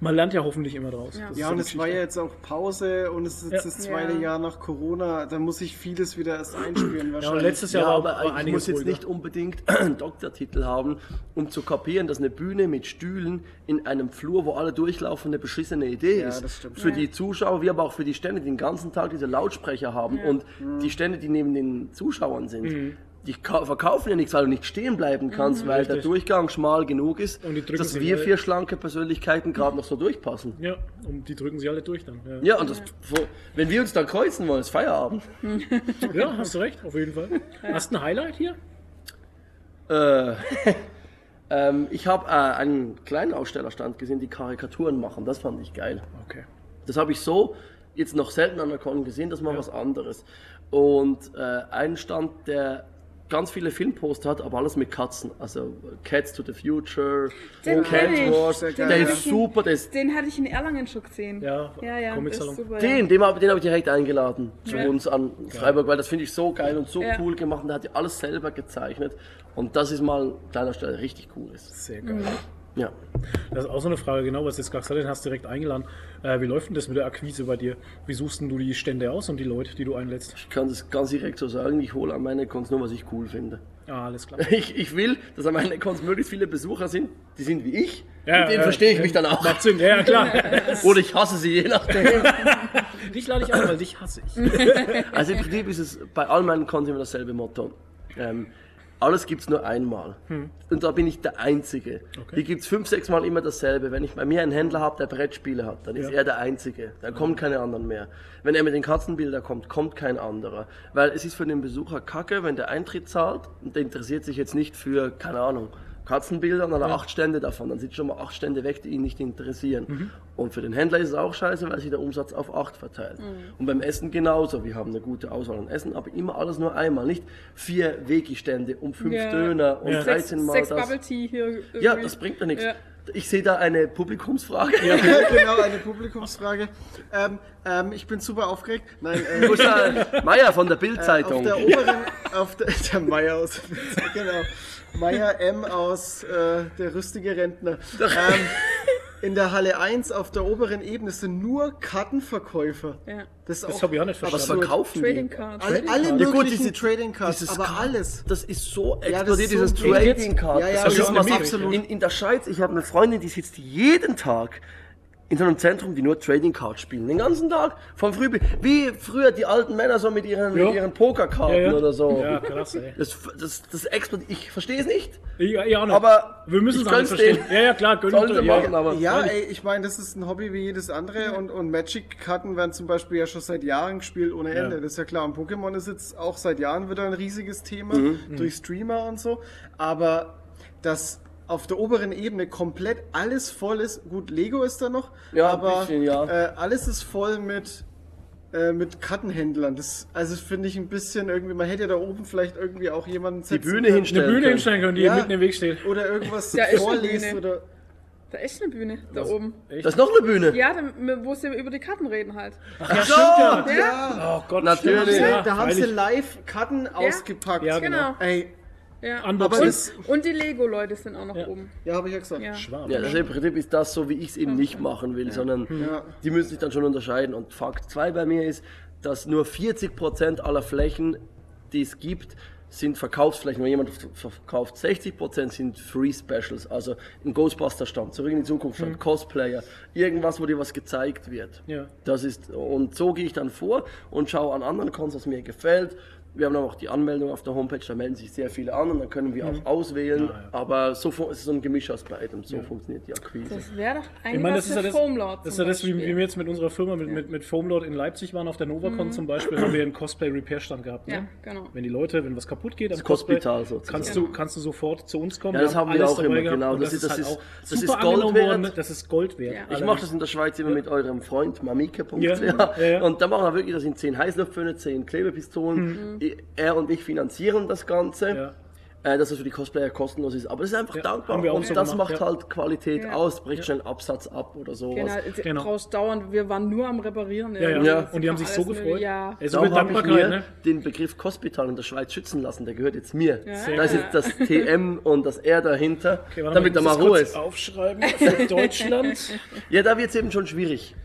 Speaker 1: man lernt ja hoffentlich immer draus.
Speaker 3: Ja.
Speaker 1: Das ist
Speaker 4: Ja,
Speaker 1: so
Speaker 4: und
Speaker 1: eine
Speaker 4: es war ja
Speaker 1: Geschichte.
Speaker 4: jetzt auch Pause und es ist
Speaker 1: Ja.
Speaker 4: jetzt das zweite
Speaker 3: Ja.
Speaker 4: Jahr nach Corona. Da muss ich vieles wieder erst einspielen
Speaker 1: Ja, und
Speaker 4: wahrscheinlich.
Speaker 1: letztes
Speaker 2: Ja,
Speaker 1: Jahr war,
Speaker 2: aber
Speaker 1: war
Speaker 2: ich
Speaker 1: einiges
Speaker 2: muss jetzt
Speaker 1: ruhiger.
Speaker 2: nicht unbedingt einen Doktortitel haben, um zu kapieren, dass eine Bühne mit Stühlen in einem Flur, wo alle durchlaufen, eine beschissene Idee
Speaker 4: Ja,
Speaker 2: ist.
Speaker 4: das stimmt.
Speaker 2: Für die Zuschauer, wie aber auch für die Stände, die den ganzen Tag diese Lautsprecher haben und die Stände, die neben den Zuschauern sind.
Speaker 1: Mhm.
Speaker 2: Die ka- verkaufen ja nichts, weil du nicht stehen bleiben kannst, weil der
Speaker 1: Richtig.
Speaker 2: Durchgang schmal genug ist,
Speaker 1: Und die drücken
Speaker 2: dass
Speaker 1: sich
Speaker 2: wir
Speaker 1: alle.
Speaker 2: vier schlanke Persönlichkeiten gerade noch so durchpassen.
Speaker 1: Ja, und die drücken sie alle durch dann. Ja,
Speaker 2: Ja, und das, wenn wir uns da kreuzen wollen, ist Feierabend.
Speaker 1: ja hast du recht, auf jeden Fall. Hast du ein Highlight hier?
Speaker 2: Äh, ähm, ich habe äh, einen kleinen Ausstellerstand gesehen, die Karikaturen machen. Das fand ich geil.
Speaker 1: Okay.
Speaker 2: Das habe ich so jetzt noch selten an der Con gesehen. Das ist mal was anderes. Und äh, einen Stand, der ganz viele Filmposter hat, aber alles mit Katzen. Also Cats to the Future,
Speaker 3: Den
Speaker 2: Cat
Speaker 3: kenn ich.
Speaker 2: Wars.
Speaker 4: Sehr
Speaker 2: Der
Speaker 4: geil,
Speaker 2: ist
Speaker 3: ja.
Speaker 2: super. Der ist,
Speaker 3: Den hatte ich in Erlangen schon gesehen.
Speaker 1: Ja,
Speaker 3: ja, ja
Speaker 1: Comic-Salon.
Speaker 3: ist super.
Speaker 2: den den habe den hab ich direkt eingeladen zu
Speaker 3: Ja.
Speaker 2: uns an Freiburg, weil das finde ich so geil und so
Speaker 3: Ja.
Speaker 2: cool gemacht. Und der hat ja alles selber gezeichnet. Und das ist mal ein kleiner Stelle, der richtig cool ist.
Speaker 1: Sehr geil.
Speaker 3: Mhm.
Speaker 2: Ja.
Speaker 1: Das ist auch so eine Frage, genau, was du jetzt gerade gesagt hast, hast du direkt eingeladen. Äh, wie läuft denn das mit der Akquise bei dir? Wie suchst denn du die Stände aus und die Leute, die du einlädst?
Speaker 2: Ich kann das ganz direkt so sagen, ich hole an meine Cons nur, was ich cool finde.
Speaker 1: Ah, alles klar.
Speaker 2: Ich, ich will, dass an meine Cons möglichst viele Besucher sind, die sind wie ich.
Speaker 1: Ja,
Speaker 2: Mit denen
Speaker 1: ja,
Speaker 2: verstehe ich
Speaker 1: ja.
Speaker 2: mich dann auch.
Speaker 1: Macht Sinn, ja, ja, klar.
Speaker 2: Oder ich hasse sie, je nachdem.
Speaker 1: dich lade ich auch, weil
Speaker 2: Mhm.
Speaker 1: dich hasse ich.
Speaker 2: Also im Prinzip ist es bei all meinen Cons immer dasselbe Motto. Ähm, Alles gibt es nur einmal. Und da bin ich der Einzige.
Speaker 1: Hm. Okay.
Speaker 2: Hier gibt es fünf, sechs Mal immer dasselbe. Wenn ich bei mir einen Händler habe, der Brettspiele hat, dann ist
Speaker 1: Ja.
Speaker 2: er der Einzige. Da kommen keine anderen mehr. Wenn er mit den Katzenbildern kommt, kommt kein anderer. Weil es ist für den Besucher kacke, wenn der Eintritt zahlt und der interessiert sich jetzt nicht für, keine Ahnung, Katzenbilder, sondern acht Stände davon. Dann sind schon mal acht Stände weg, die ihn nicht interessieren. Und für den Händler ist es auch scheiße, weil sich der Umsatz auf acht verteilt.
Speaker 3: Mhm.
Speaker 2: Und beim Essen genauso. Wir haben eine gute Auswahl an Essen, aber immer alles nur einmal. Nicht vier Veggie-Stände um fünf
Speaker 3: Ja.
Speaker 2: Döner und
Speaker 1: Ja.
Speaker 3: Sechs,
Speaker 2: 13 Mal
Speaker 3: sechs
Speaker 2: das.
Speaker 3: Bubble Tea hier. Irgendwie.
Speaker 2: Ja, das bringt mir nichts.
Speaker 3: Ja.
Speaker 2: Ich sehe da eine Publikumsfrage.
Speaker 4: genau, eine Publikumsfrage. Ähm, ähm, ich bin super aufgeregt. Nein, äh,
Speaker 2: Muss da- Meier von der
Speaker 4: auf
Speaker 2: Bild-Zeitung.
Speaker 4: der oberen, auf der, der Meier aus, genau, Meier M aus, äh, der rüstige Rentner. Ähm, in der Halle 1 auf der oberen Ebene sind nur Kartenverkäufer.
Speaker 3: Ja.
Speaker 4: Das, ist
Speaker 1: Das
Speaker 4: auch-
Speaker 1: habe ich auch nicht
Speaker 2: Was
Speaker 1: verstanden.
Speaker 2: verkaufen
Speaker 3: Trading
Speaker 2: die?
Speaker 3: Cards.
Speaker 4: Alle, alle
Speaker 2: Ja,
Speaker 4: möglichen
Speaker 2: gut, diese-
Speaker 4: Trading Cards,
Speaker 2: Dieses
Speaker 4: aber
Speaker 2: Card-
Speaker 4: alles.
Speaker 2: Das ist so explodiert,
Speaker 4: das ist so
Speaker 2: dieses
Speaker 4: ein Ding.
Speaker 2: Trading Card.
Speaker 4: Ja, ja,
Speaker 2: das
Speaker 1: ja,
Speaker 2: ist
Speaker 1: ja,
Speaker 2: was
Speaker 1: ja.
Speaker 2: absolut. In, in der Schweiz, ich habe eine Freundin, die sitzt jeden Tag in so einem Zentrum, die nur Trading Card spielen. Den ganzen Tag. Von früh bis. Wie früher die alten Männer so mit ihren,
Speaker 1: Ja.
Speaker 2: mit ihren Pokerkarten
Speaker 1: Ja, ja.
Speaker 2: oder so.
Speaker 1: Ja, krass, ey.
Speaker 2: Das, das, das explodiert. Ich verstehe es nicht.
Speaker 1: Ja, ja, auch nicht.
Speaker 2: Aber
Speaker 1: wir müssen es
Speaker 2: ich
Speaker 1: auch nicht
Speaker 2: gönn's denen.
Speaker 1: verstehen. Ja, ja, klar, gönnen
Speaker 2: Sollen
Speaker 1: wir
Speaker 2: sie
Speaker 1: ja,
Speaker 2: machen, aber.
Speaker 4: Ja, ey, ich meine, das ist ein Hobby wie jedes andere und, und Magic-Karten werden zum Beispiel ja schon seit Jahren gespielt ohne Ende. Das ist ja klar. Und Pokémon ist jetzt auch seit Jahren wieder ein riesiges Thema
Speaker 2: Mhm.
Speaker 1: Mhm.
Speaker 4: durch Streamer und so. Aber das auf der oberen Ebene komplett alles voll ist. Gut, Lego ist da noch,
Speaker 2: Ja, ein
Speaker 4: aber
Speaker 2: bisschen, ja.
Speaker 4: äh, alles ist voll mit äh, mit Kartenhändlern. Das also finde ich ein bisschen irgendwie. Man hätte ja da oben vielleicht irgendwie auch jemanden
Speaker 2: die
Speaker 4: setzen
Speaker 2: Bühne
Speaker 4: können.
Speaker 1: Eine
Speaker 2: hinstellen.
Speaker 1: Bühne
Speaker 2: können.
Speaker 1: hinstellen können, die
Speaker 4: Ja.
Speaker 1: mitten im Weg steht.
Speaker 4: oder irgendwas
Speaker 3: Da ist eine
Speaker 4: vorlesen
Speaker 3: Bühne.
Speaker 4: oder
Speaker 3: Da ist eine Bühne, da oben.
Speaker 2: Da ist noch eine Bühne.
Speaker 3: Ja, da, wo sie über die Karten reden halt.
Speaker 1: Ach, ja,
Speaker 2: so.
Speaker 1: stimmt ja.
Speaker 3: Ja,
Speaker 1: Oh Gott,
Speaker 2: Natürlich.
Speaker 1: stimmt, ja,
Speaker 4: da haben sie
Speaker 1: freilich.
Speaker 4: live Karten ausgepackt.
Speaker 1: Ja, genau.
Speaker 3: genau.
Speaker 4: Ey,
Speaker 3: Ja.
Speaker 1: Unboxing.
Speaker 4: Aber das-
Speaker 3: und, und die Lego-Leute sind auch noch
Speaker 1: Ja.
Speaker 3: oben.
Speaker 4: ja, habe ich ja gesagt.
Speaker 3: Ja.
Speaker 1: Schwarm.
Speaker 2: Ja, das ist im Prinzip ist das so, wie ich es eben nicht machen will, sondern die müssen sich dann schon unterscheiden. Und Fakt 2 bei mir ist, dass nur 40% aller Flächen, die es gibt, sind Verkaufsflächen. Wenn jemand v- verkauft, 60% sind Free Specials, also ein Ghostbuster-Stand, zurück in die Zukunft, stand, Cosplayer, irgendwas, wo dir was gezeigt wird.
Speaker 1: Ja.
Speaker 2: Das ist, und so gehe ich dann vor und schaue an anderen Cons, was mir gefällt. Wir haben dann auch die Anmeldung auf der Homepage, da melden sich sehr viele an und dann können wir auch auswählen. Aber so fun- es ist so ein Gemisch aus beidem, so funktioniert die Akquise.
Speaker 3: Das wäre doch eigentlich
Speaker 1: Ich meine, das
Speaker 3: was
Speaker 1: ist
Speaker 3: für
Speaker 1: ja das,
Speaker 3: Foamlord
Speaker 1: das, ist ja
Speaker 3: zum
Speaker 1: das wie, wie
Speaker 3: Beispiel.
Speaker 1: wir jetzt mit unserer Firma, mit, mit, mit Foamlord in Leipzig waren, auf der
Speaker 2: Mhm.
Speaker 1: NovaCon zum Beispiel, haben wir einen Cosplay-Repair-Stand gehabt. Ne?
Speaker 3: Ja, genau.
Speaker 1: Wenn die Leute, wenn was kaputt geht, am
Speaker 2: Hospital sozusagen.
Speaker 1: kannst, du, kannst du sofort zu uns kommen.
Speaker 2: Ja, das haben wir
Speaker 1: alles
Speaker 2: auch
Speaker 1: dabei
Speaker 2: immer,
Speaker 1: gehabt
Speaker 2: genau.
Speaker 1: und halt
Speaker 2: Das ist- das ist- das ist
Speaker 1: super
Speaker 2: Gold
Speaker 1: angenommen worden.
Speaker 2: wert.
Speaker 1: Das ist Gold wert.
Speaker 3: Ja.
Speaker 1: Alle
Speaker 2: Ich mache das in der Schweiz immer mit eurem Freund mamike.ch
Speaker 1: Ja, ja, ja.
Speaker 2: und da machen wir wirklich, das sind 10 Heißluftföhne, 10 Klebepistolen. Ich- Er und ich finanzieren das Ganze,
Speaker 1: Mhm. Ja.
Speaker 2: äh, dass es für die Cosplayer kostenlos ist. Aber das ist einfach
Speaker 1: Ja,
Speaker 2: dankbar
Speaker 1: haben wir auch
Speaker 2: und
Speaker 1: so
Speaker 2: das
Speaker 1: gemacht,
Speaker 2: macht
Speaker 1: ja.
Speaker 2: halt Qualität
Speaker 3: Ja.
Speaker 2: aus, bricht schnell Absatz ab oder sowas.
Speaker 3: Genau, du
Speaker 1: Genau.
Speaker 3: brauchst dauernd, wir waren nur am Reparieren.
Speaker 1: Ja, ja.
Speaker 2: Ja.
Speaker 1: Und die haben sich so
Speaker 3: Alles
Speaker 1: gefreut.
Speaker 3: mögliche, Ja.
Speaker 1: Ey, so mit
Speaker 2: Darum habe ich mir
Speaker 1: Dankbarkeit, ne?
Speaker 2: den Begriff Hospital in der Schweiz schützen lassen, der gehört jetzt mir.
Speaker 3: Sehr
Speaker 2: Da ist jetzt das TM und das R dahinter,
Speaker 1: Okay, warte
Speaker 2: damit da
Speaker 1: ich
Speaker 2: mal
Speaker 1: muss das
Speaker 2: Ruhe
Speaker 1: kurz
Speaker 2: ist.
Speaker 1: Aufschreiben für Deutschland.
Speaker 2: Ja, da wird es eben schon schwierig.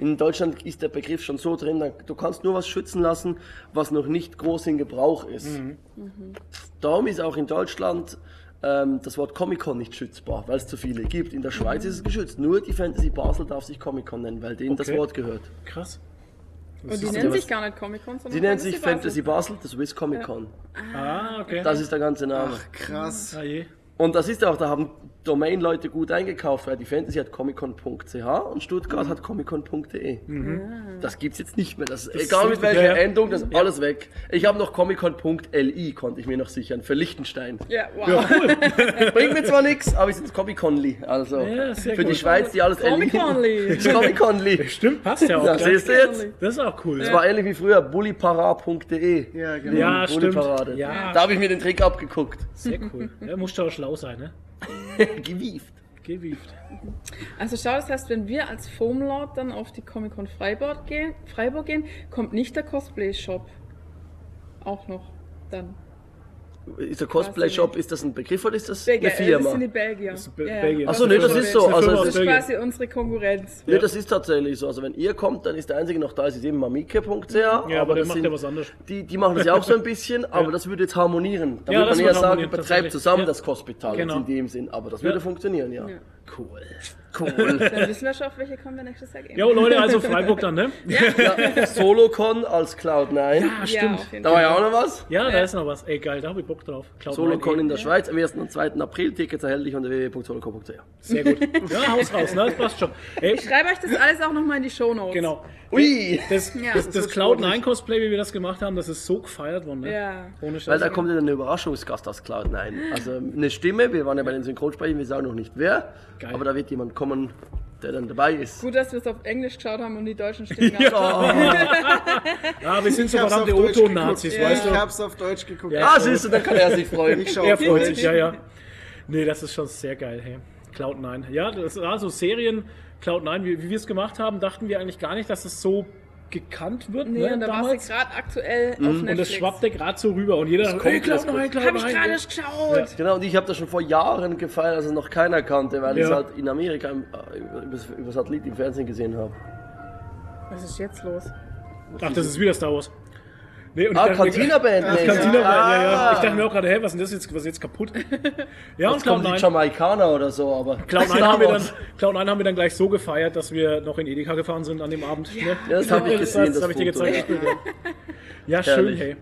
Speaker 2: In Deutschland ist der Begriff schon so drin, da- du kannst nur was schützen lassen, was noch nicht groß in Gebrauch ist. Mhm. Darum ist auch in Deutschland ähm, das Wort Comic-Con nicht schützbar, weil es zu viele gibt. In der Schweiz ist es geschützt. Nur die Fantasy Basel darf sich Comic-Con nennen, weil denen das
Speaker 1: Okay.
Speaker 2: Wort gehört.
Speaker 1: Krass.
Speaker 3: Und die nennen sich gar nicht Comic-Con, sondern
Speaker 2: Sie nennen sich Fantasy
Speaker 3: Basel.
Speaker 2: Basel, das Swiss Comic-Con.
Speaker 1: Ah, okay.
Speaker 2: Das ist der ganze Name.
Speaker 4: Krass.
Speaker 1: ah, je.
Speaker 2: Und das ist auch, da haben Domain-Leute gut eingekauft, weil die Fantasy hat comiccon.ch und Stuttgart
Speaker 1: Mhm.
Speaker 2: hat comiccon.de. Das gibt's jetzt nicht mehr. Das, egal mit
Speaker 1: richtig,
Speaker 2: welcher
Speaker 1: ja, ja.
Speaker 2: Endung, das ist alles weg. Ich habe noch comiccon.li, konnte ich mir noch sichern, für Liechtenstein.
Speaker 3: Ja, wow.
Speaker 2: Bringt mir zwar nichts, aber es ist Comic-Conli. Also
Speaker 1: Ja, sehr
Speaker 2: für
Speaker 1: gut.
Speaker 2: die Schweiz, die alles
Speaker 3: Comic-Conli.
Speaker 2: Ist Comic-Conli.
Speaker 1: Stimmt, passt ja auch.
Speaker 2: Das
Speaker 1: gell?
Speaker 2: siehst du jetzt.
Speaker 1: das ist auch cool.
Speaker 2: Das war ähnlich wie früher, bullipara.de.
Speaker 4: Ja, genau.
Speaker 1: Ja, stimmt.
Speaker 2: Bulli-Parade.
Speaker 1: Ja.
Speaker 2: Da habe ich mir den Trick abgeguckt.
Speaker 1: Sehr cool. Ja, musst du auch schlau sein, ne?
Speaker 2: Gewieft.
Speaker 1: Gewieft.
Speaker 3: Also schau, das heißt, wenn wir als Foamlord dann auf die Comic-Con Freiburg gehen, Freiburg gehen, kommt nicht der Cosplay-Shop auch noch dann.
Speaker 2: Ist der Cosplay-Shop, ist das ein Begriff oder ist das eine
Speaker 3: äh, das
Speaker 2: Firma?
Speaker 3: sind die Belgier. Das
Speaker 1: ist Be- Belgier.
Speaker 2: Ach so, nee, das ist so.
Speaker 1: Eine
Speaker 2: Also es
Speaker 1: Firma
Speaker 3: Das
Speaker 1: aus
Speaker 2: ist
Speaker 3: ist
Speaker 1: Belgien.
Speaker 3: quasi unsere Konkurrenz.
Speaker 2: Ne, das ist tatsächlich so. Also wenn ihr kommt, dann ist der einzige noch da, ist eben mamike.ch. Ja,
Speaker 1: Ja, aber der
Speaker 2: das
Speaker 1: macht ja was anderes.
Speaker 2: Die, die machen das ja auch so ein bisschen, aber das würde jetzt harmonieren. Da
Speaker 1: Ja,
Speaker 2: würde
Speaker 1: das
Speaker 2: man
Speaker 1: würde
Speaker 2: eher sagen,
Speaker 1: harmonieren,
Speaker 2: betreibt
Speaker 1: tatsächlich.
Speaker 2: zusammen
Speaker 1: Ja.
Speaker 2: das Hospital jetzt
Speaker 1: Genau.
Speaker 2: in dem Sinn. Aber das würde funktionieren, ja.
Speaker 3: Ja.
Speaker 1: Cool.
Speaker 2: Cool.
Speaker 3: Dann wissen wir schon, auf welche kommen wir nächstes Jahr gehen.
Speaker 1: Jo, Leute, also Freiburg dann, ne?
Speaker 2: ja, Solocon als Cloud9.
Speaker 1: Ah,
Speaker 3: ja,
Speaker 1: stimmt.
Speaker 3: auf jeden
Speaker 2: Da war
Speaker 3: Fall.
Speaker 2: ja genau. auch noch was.
Speaker 1: Ja, da ist noch was. Ey, geil, da hab ich Bock drauf. Cloud
Speaker 2: Solocon
Speaker 1: 9,
Speaker 2: in der Schweiz am 1. und 2. April. Tickets erhältlich unter www.solocon.ch.
Speaker 1: Sehr gut. Ja, Haus raus, ne? Das passt schon. Ey,
Speaker 3: Ich schreibe euch das alles auch nochmal in die Shownotes.
Speaker 1: genau.
Speaker 2: Ui!
Speaker 1: Das,
Speaker 3: Ja.
Speaker 1: das, das,
Speaker 3: Das
Speaker 1: Cloud9-Cosplay, wie wir das gemacht haben, das ist so gefeiert worden, ne?
Speaker 3: Ja.
Speaker 1: Ohne
Speaker 2: Weil
Speaker 1: Scheiß.
Speaker 2: da kommt dann ein Überraschungsgast aus Cloud9. Also eine Stimme, wir waren ja bei den Synchronsprechern, wir sagen noch nicht wer,
Speaker 1: Geil.
Speaker 2: aber da wird jemand kommen, der dann dabei ist.
Speaker 3: Gut, dass wir es auf Englisch geschaut haben und die deutschen Stimmen gar nicht.
Speaker 1: Ah, wir sind so
Speaker 4: Ich hab's auf
Speaker 1: verdammte
Speaker 4: Deutsch
Speaker 1: Otto-Nazis,
Speaker 4: geguckt.
Speaker 1: weißt
Speaker 4: Ich
Speaker 1: du?
Speaker 4: hab's auf Deutsch geguckt. Also,
Speaker 1: Ja.
Speaker 2: Ah, siehst du, dann kann er sich freuen.
Speaker 4: Ich schau
Speaker 1: Er
Speaker 4: auf
Speaker 1: freut
Speaker 4: Deutsch.
Speaker 1: sich, ja, ja. Nee, das ist schon sehr geil, hey. Cloud9. Ja, das war so Serien, Cloud9, wie, wie wir es gemacht haben, dachten wir eigentlich gar nicht, dass es so gekannt wird,
Speaker 3: Nee,
Speaker 1: ne?
Speaker 3: und da war
Speaker 1: damals.
Speaker 3: es
Speaker 1: Mhm.
Speaker 3: gerade aktuell auf Netflix.
Speaker 1: Und das schwappte gerade so rüber und jeder, hey,
Speaker 2: kommt, das
Speaker 1: Cloud9, Cloud9.
Speaker 3: Habe ich gerade nicht geschaut.
Speaker 2: Genau, und ich habe das schon vor Jahren gefeiert, als es noch keiner kannte, weil ich es
Speaker 1: Ja.
Speaker 2: halt in Amerika im, äh, über, über Satellit im Fernsehen gesehen habe.
Speaker 3: Was ist jetzt los?
Speaker 1: Ach, das ist wieder Star Wars. Nee, und ich
Speaker 2: Ah,
Speaker 1: dachte mir-
Speaker 2: Cantina-Band.
Speaker 1: Das
Speaker 2: nee.
Speaker 1: Cantina ja, ja.
Speaker 2: Ah.
Speaker 1: Ich dachte mir auch gerade, hey, was ist denn das jetzt, was ist jetzt kaputt? Ja, und
Speaker 2: Jetzt kommen die
Speaker 1: Cloud9.
Speaker 2: Jamaikaner oder so, aber...
Speaker 1: Cloud9 haben, wir dann, Cloud9 haben wir dann gleich so gefeiert, dass wir noch in Edeka gefahren sind an dem Abend. ne?
Speaker 2: Ja, das habe ich
Speaker 1: Das,
Speaker 2: gesehen,
Speaker 1: habe ich dir
Speaker 2: Foto,
Speaker 1: gezeigt.
Speaker 2: ja.
Speaker 1: Ja, schön,
Speaker 2: Herrlich.
Speaker 1: hey.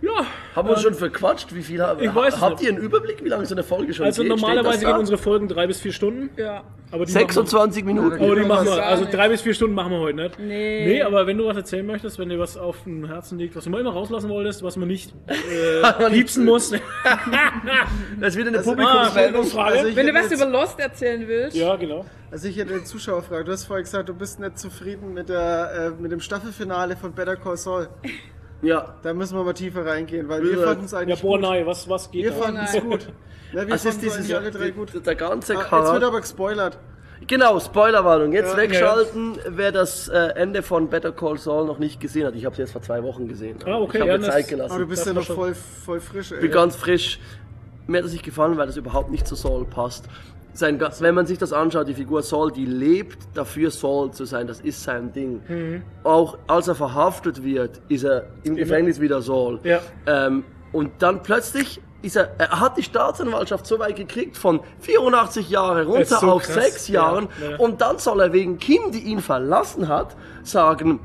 Speaker 1: Ja,
Speaker 2: Haben wir uns schon verquatscht? Wie viel haben
Speaker 1: Ich weiß es
Speaker 2: Habt ihr
Speaker 1: nicht.
Speaker 2: einen Überblick, wie lange so eine Folge schon
Speaker 1: also
Speaker 2: geht? Steht das
Speaker 1: normalerweise gehen
Speaker 2: da?
Speaker 1: unsere Folgen drei bis vier Stunden.
Speaker 3: Ja.
Speaker 1: Aber die
Speaker 2: 26 Minuten.
Speaker 1: Machen wir, aber die machen wir.
Speaker 3: Gar
Speaker 1: Also
Speaker 3: nicht.
Speaker 1: drei bis vier Stunden machen wir heute nicht.
Speaker 3: Nee.
Speaker 1: Nee, aber wenn du was erzählen möchtest, wenn dir was auf dem Herzen liegt, was du mal immer rauslassen wolltest, was man nicht äh, piepsen muss.
Speaker 2: Das wird eine
Speaker 4: Also,
Speaker 1: Ah,
Speaker 2: Publikumsmeldung.
Speaker 1: Frage.
Speaker 4: ich
Speaker 3: Wenn du
Speaker 4: hätte
Speaker 3: was
Speaker 4: jetzt-
Speaker 3: über Lost erzählen willst,
Speaker 1: ja, genau.
Speaker 4: Also ich hätte den Zuschauer gefragt, du hast vorher gesagt, du bist nicht zufrieden mit, der, äh, mit dem Staffelfinale von Better Call Saul.
Speaker 2: Ah. Ja,
Speaker 4: Da müssen wir mal tiefer reingehen, weil
Speaker 2: Ja.
Speaker 4: wir fanden es
Speaker 1: Ja,
Speaker 4: eigentlich
Speaker 1: boah, Also,
Speaker 4: gut.
Speaker 1: nein, was, was geht
Speaker 4: Wir
Speaker 1: da?
Speaker 4: fanden es
Speaker 3: nein.
Speaker 4: gut. Na,
Speaker 2: das
Speaker 4: wir fanden
Speaker 2: ist
Speaker 4: es
Speaker 2: dieses
Speaker 4: eigentlich alle drei gut.
Speaker 1: Äh,
Speaker 2: die- Der ganze
Speaker 4: Ah, jetzt wird
Speaker 2: Charakter.
Speaker 4: aber gespoilert.
Speaker 2: Genau, Spoilerwarnung. Jetzt
Speaker 4: Ja,
Speaker 2: wegschalten, wer das äh, Ende von Better Call Saul noch nicht gesehen hat. Ich habe es jetzt vor zwei Wochen gesehen.
Speaker 1: Ah, okay,
Speaker 2: ich habe
Speaker 1: ja,
Speaker 2: mir
Speaker 1: das-
Speaker 2: Zeit
Speaker 4: Aber du
Speaker 2: gelassen.
Speaker 4: bist
Speaker 1: darf
Speaker 4: ja
Speaker 1: man
Speaker 4: noch
Speaker 1: schon.
Speaker 4: voll, voll frisch,
Speaker 2: Ich bin
Speaker 4: ey.
Speaker 2: ganz frisch. Mir hat das nicht gefallen, weil das überhaupt nicht zu Saul passt. Sein, ga- wenn man sich das anschaut, die Figur Saul, die lebt dafür, Saul zu sein. Das ist sein Ding.
Speaker 1: Mhm.
Speaker 2: Auch als er verhaftet wird, ist er im Gefängnis wieder Saul.
Speaker 1: Ja.
Speaker 2: Ähm, und dann plötzlich ist er, er hat die Staatsanwaltschaft so weit gekriegt von 84 Jahre
Speaker 1: ist
Speaker 2: runter
Speaker 1: so
Speaker 2: auf
Speaker 1: krass.
Speaker 2: sechs
Speaker 1: Ja,
Speaker 2: Jahren
Speaker 1: ja.
Speaker 2: und dann soll er wegen Kim, die ihn verlassen hat, sagen,